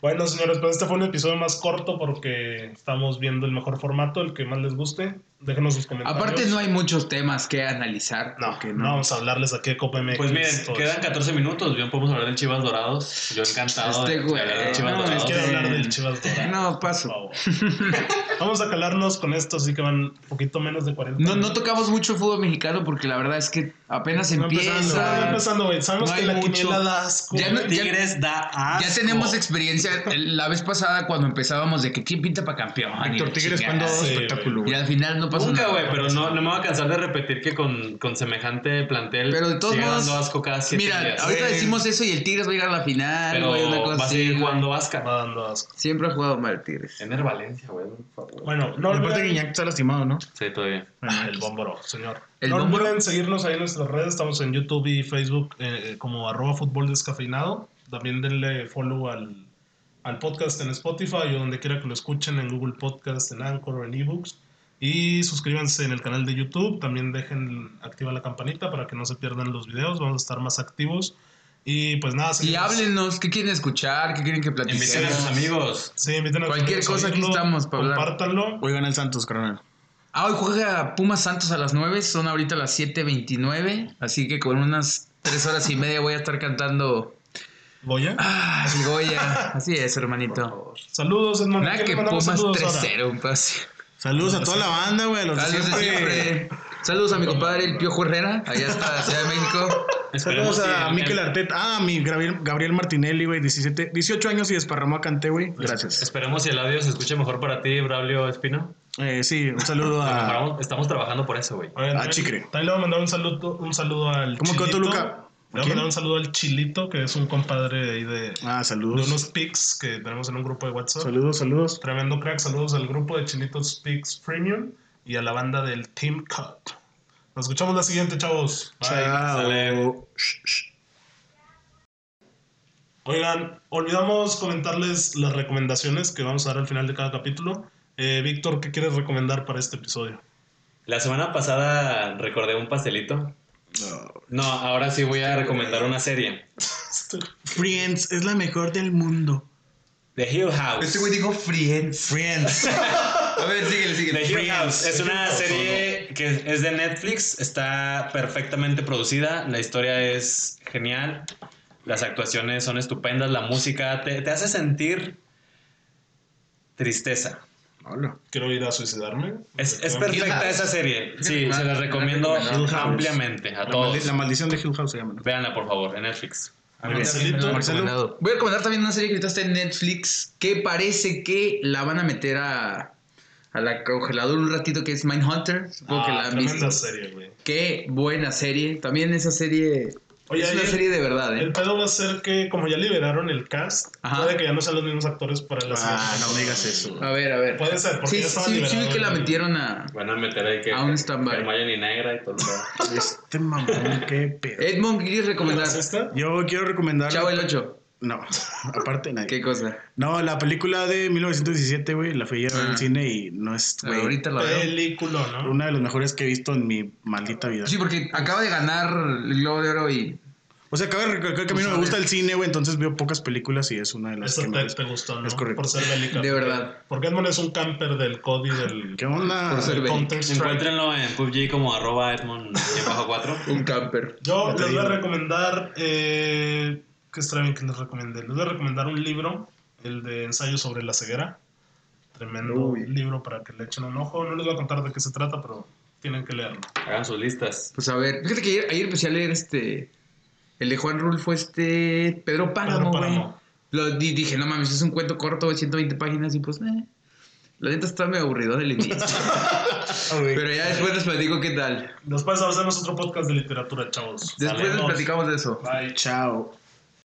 A: Bueno, señores, pues este fue un episodio más corto porque estamos viendo el mejor formato, el que más les guste. Déjenos sus comentarios.
B: Aparte, no hay muchos temas que analizar.
A: No,
C: que
A: no
C: no.
A: vamos a hablarles aquí de Copa MX.
D: Pues miren,
A: todo
D: quedan
A: eso.
D: 14 minutos. Bien, podemos hablar del Chivas Dorados. Yo encantado
B: Este
D: de
B: güey,
D: hablar del Chivas
B: no,
D: Dorados.
A: Es que
B: Este-
A: hablar del Chivas Doradas,
B: No,
A: por
B: paso.
A: favor. Vamos a calarnos con esto, así que van un poquito menos de 40.
B: No, no tocamos mucho fútbol mexicano porque la verdad es que apenas
A: No empezando, no
B: empieza.
A: empezando, güey. Sabemos
B: No
A: que
B: hay
A: la
B: mucho.
A: quiniela da asco.
B: Ya no-
A: güey.
D: Tigres da asco.
B: Ya tenemos experiencia la vez pasada cuando empezábamos de que quién pinta para campeón. Y
C: Víctor
B: la
C: Tigres,
B: chingada.
C: cuando
A: sí,
C: espectáculo,
B: Y
C: güey.
B: al final no pasa
D: Nunca,
B: nada.
D: güey, pero no, no me voy a cansar de repetir que con, con semejante plantel
B: Pero de todos
D: sigue
B: modos,
D: dando asco cada siete
B: Mira,
D: días.
B: ahorita
C: Sí.
B: decimos eso y el Tigres va a llegar a la final.
D: pero
B: güey, una cosa
D: va a
B: así,
D: seguir
B: güey.
D: jugando
A: Va
D: asca.
A: dando asco.
B: Siempre ha jugado mal Tigres.
D: Ener Valencia, güey, por favor.
A: Bueno, no
C: Y aparte,
A: olviden-
C: Guiñac está lastimado, ¿no?
D: Sí, todavía.
A: Ah, el bómboro, señor.
B: El
A: no
B: Bómboro.
A: olviden seguirnos ahí en nuestras redes. Estamos en YouTube y Facebook eh, eh, como arroba fútbol descafeinado. También denle follow al, al podcast en Spotify o donde quiera que lo escuchen, en Google Podcast, en Anchor, en eBooks. Y suscríbanse en el canal de YouTube. También dejen activa la campanita para que no se pierdan los videos. Vamos a estar más activos. Y pues nada,
B: Y
A: seguimos.
B: háblenos, ¿qué quieren escuchar? ¿Qué quieren que
D: Inviten a sus
B: platiquemos?
D: amigos.
A: Sí, inviten a sus
B: Cualquier
A: amigos
B: cosa,
A: a
B: aquí
A: oírlo,
B: estamos para hablar.
A: Compártanlo.
C: Hoy gana el Santos, carnal.
B: Ah, hoy juega Pumas Santos a las 9, son ahorita las 7.29, así que con unas 3 horas y media voy a estar cantando
A: Voy ¿eh? a.
B: Ah, el Goya. Así es, hermanito.
A: Saludos, hermano.
B: Nada
A: ¿Quién le
B: que
A: mandamos
B: Pumas
A: saludos ahora? Pues
B: 3-0, un pedo así.
C: Saludos a toda la banda, güey, a los de
B: Saludos de
C: siempre.
B: siempre. Saludos a mi compadre el Piojo Herrera, allá está la Ciudad de México.
D: Esperemos
C: Saludos a
D: que-
C: Miquel Arteta. Ah, a mi Gabriel, Gabriel Martinelli, güey, 17, 18 años y desparramó a Canté, güey. Gracias.
D: Esperemos si el audio se escuche mejor para ti, Braulio Espino.
C: Eh, sí, un saludo
D: Ah.
C: a.
D: Estamos- Estamos trabajando por eso, güey.
A: Oigan,
C: Ah,
A: también-
C: chicre.
A: También le voy a mandar un saludo, un saludo al
C: ¿Cómo quedó
A: Chilito.
C: Toluca?
A: Le voy a
C: ¿Quién?
A: mandar un saludo al Chilito, que es un compadre ahí de, de
C: Ah,
A: unos
C: saludos.
A: pics que tenemos en un grupo de WhatsApp.
C: Saludos, saludos.
A: Tremendo crack. Saludos al grupo de Chilitos Pics Premium y a la banda del Team Cut. Nos escuchamos la siguiente, chavos. Bye.
C: Chao.
D: sale.
C: Shh, shh.
A: Oigan, olvidamos comentarles las recomendaciones que vamos a dar al final de cada capítulo. Eh, Víctor, ¿qué quieres recomendar para este episodio?
D: La semana pasada recordé un pastelito. No, ahora sí voy a recomendar una serie.
C: Friends es la mejor del mundo.
D: The Hill House.
B: dijo Friends.
C: Friends.
B: A ver, síguele,
D: The
B: síguele.
D: Hill House
A: Friends.
D: es una serie que es de Netflix, está perfectamente producida, la historia es genial, las actuaciones son estupendas, la música te, te hace sentir tristeza.
C: Hola.
A: Quiero ir a suicidarme.
D: Es, es
A: perfecto.
D: perfecta esa serie, sí, se las recomiendo
B: Hill
C: House.
D: ampliamente
C: La,
D: a
C: maldi-
D: todos.
C: la maldición de Hill House se llama. ¿no?
D: Véanla por favor en Netflix.
B: Muy bien.
A: Marcelito.
C: Marcelo.
B: Voy a recomendar también una serie que ahorita está en Netflix que parece que la van a meter a, a la congeladora un ratito que es Mindhunter. Supongo que la
A: Ah,
B: han
A: tremenda
B: visto.
A: serie, güey.
B: Qué buena serie. También esa serie
A: Oye,
B: es una
A: ayer-
B: serie de verdad, ¿eh?
A: El pedo va a ser que, como ya liberaron el cast,
B: Ajá.
A: puede que ya no sean los mismos actores para la
C: Ah,
A: siguiente
C: no me
A: temporada.
C: digas eso.
B: A ver, a ver.
A: Puede ser, porque
B: Sí,
A: ya
B: sí,
A: estaba
B: sí, sí,
A: liberado
B: vi que la
A: el-
B: metieron a
D: Van a meter ahí que
B: A un stand-by.
D: Hermione negra y todo.
C: Este mamón, qué pedo.
B: Edmond. ¿Qué quieres recomendar?
A: ¿Es esta?
C: Yo quiero recomendar.
B: Chavo el 8.
C: No, aparte nadie.
B: ¿Qué cosa?
C: No, la película de 1917, güey, la fui a ver
B: Ah.
C: al cine y no es, güey,
B: Ahorita la veo.
A: Película, ¿no?
C: una de las mejores que he visto en mi maldita vida.
B: Sí, porque acaba de ganar el Globo de Oro y
C: O sea, acabo de recalcar que a mí no
B: Pues,
C: me gusta el cine, güey, entonces veo pocas películas y es una de las
A: Esta
C: que
A: te,
C: me gusta.
A: te gustó, ¿no?
C: Es correcto.
A: Por ser bélica.
B: De verdad.
A: Porque Edmond es un camper del COD y del
C: ¿Qué onda?
B: Por ser-
A: del Counter-Strike.
D: Encuéntrenlo en PUBG como arroba Edmond-4.
B: un camper.
A: Yo
C: Ya te
A: les voy a
C: digo.
A: recomendar. Eh, ¿Qué estará bien que les recomendé? Les voy a recomendar un libro, el de Ensayo sobre la ceguera. Tremendo
B: Uy.
A: libro para que le echen un ojo. No les voy a contar de qué se trata, pero tienen que leerlo.
D: Hagan sus listas.
B: Pues a ver, fíjate que ayer, ayer empecé a leer este. El de Juan Rulfo, este. Pedro Páramo.
A: Pedro
B: güey.
A: Páramo.
B: Lo di- dije, no mames, es un cuento corto, güey, 120 páginas y pues, eh. La neta está medio aburrido del inicio.
C: Ah, güey.
B: Pero ya después les platico qué tal.
A: Después hacemos otro podcast de literatura, chavos.
B: Después les
A: Saludos.
B: platicamos de eso.
A: Bye.
C: Chao.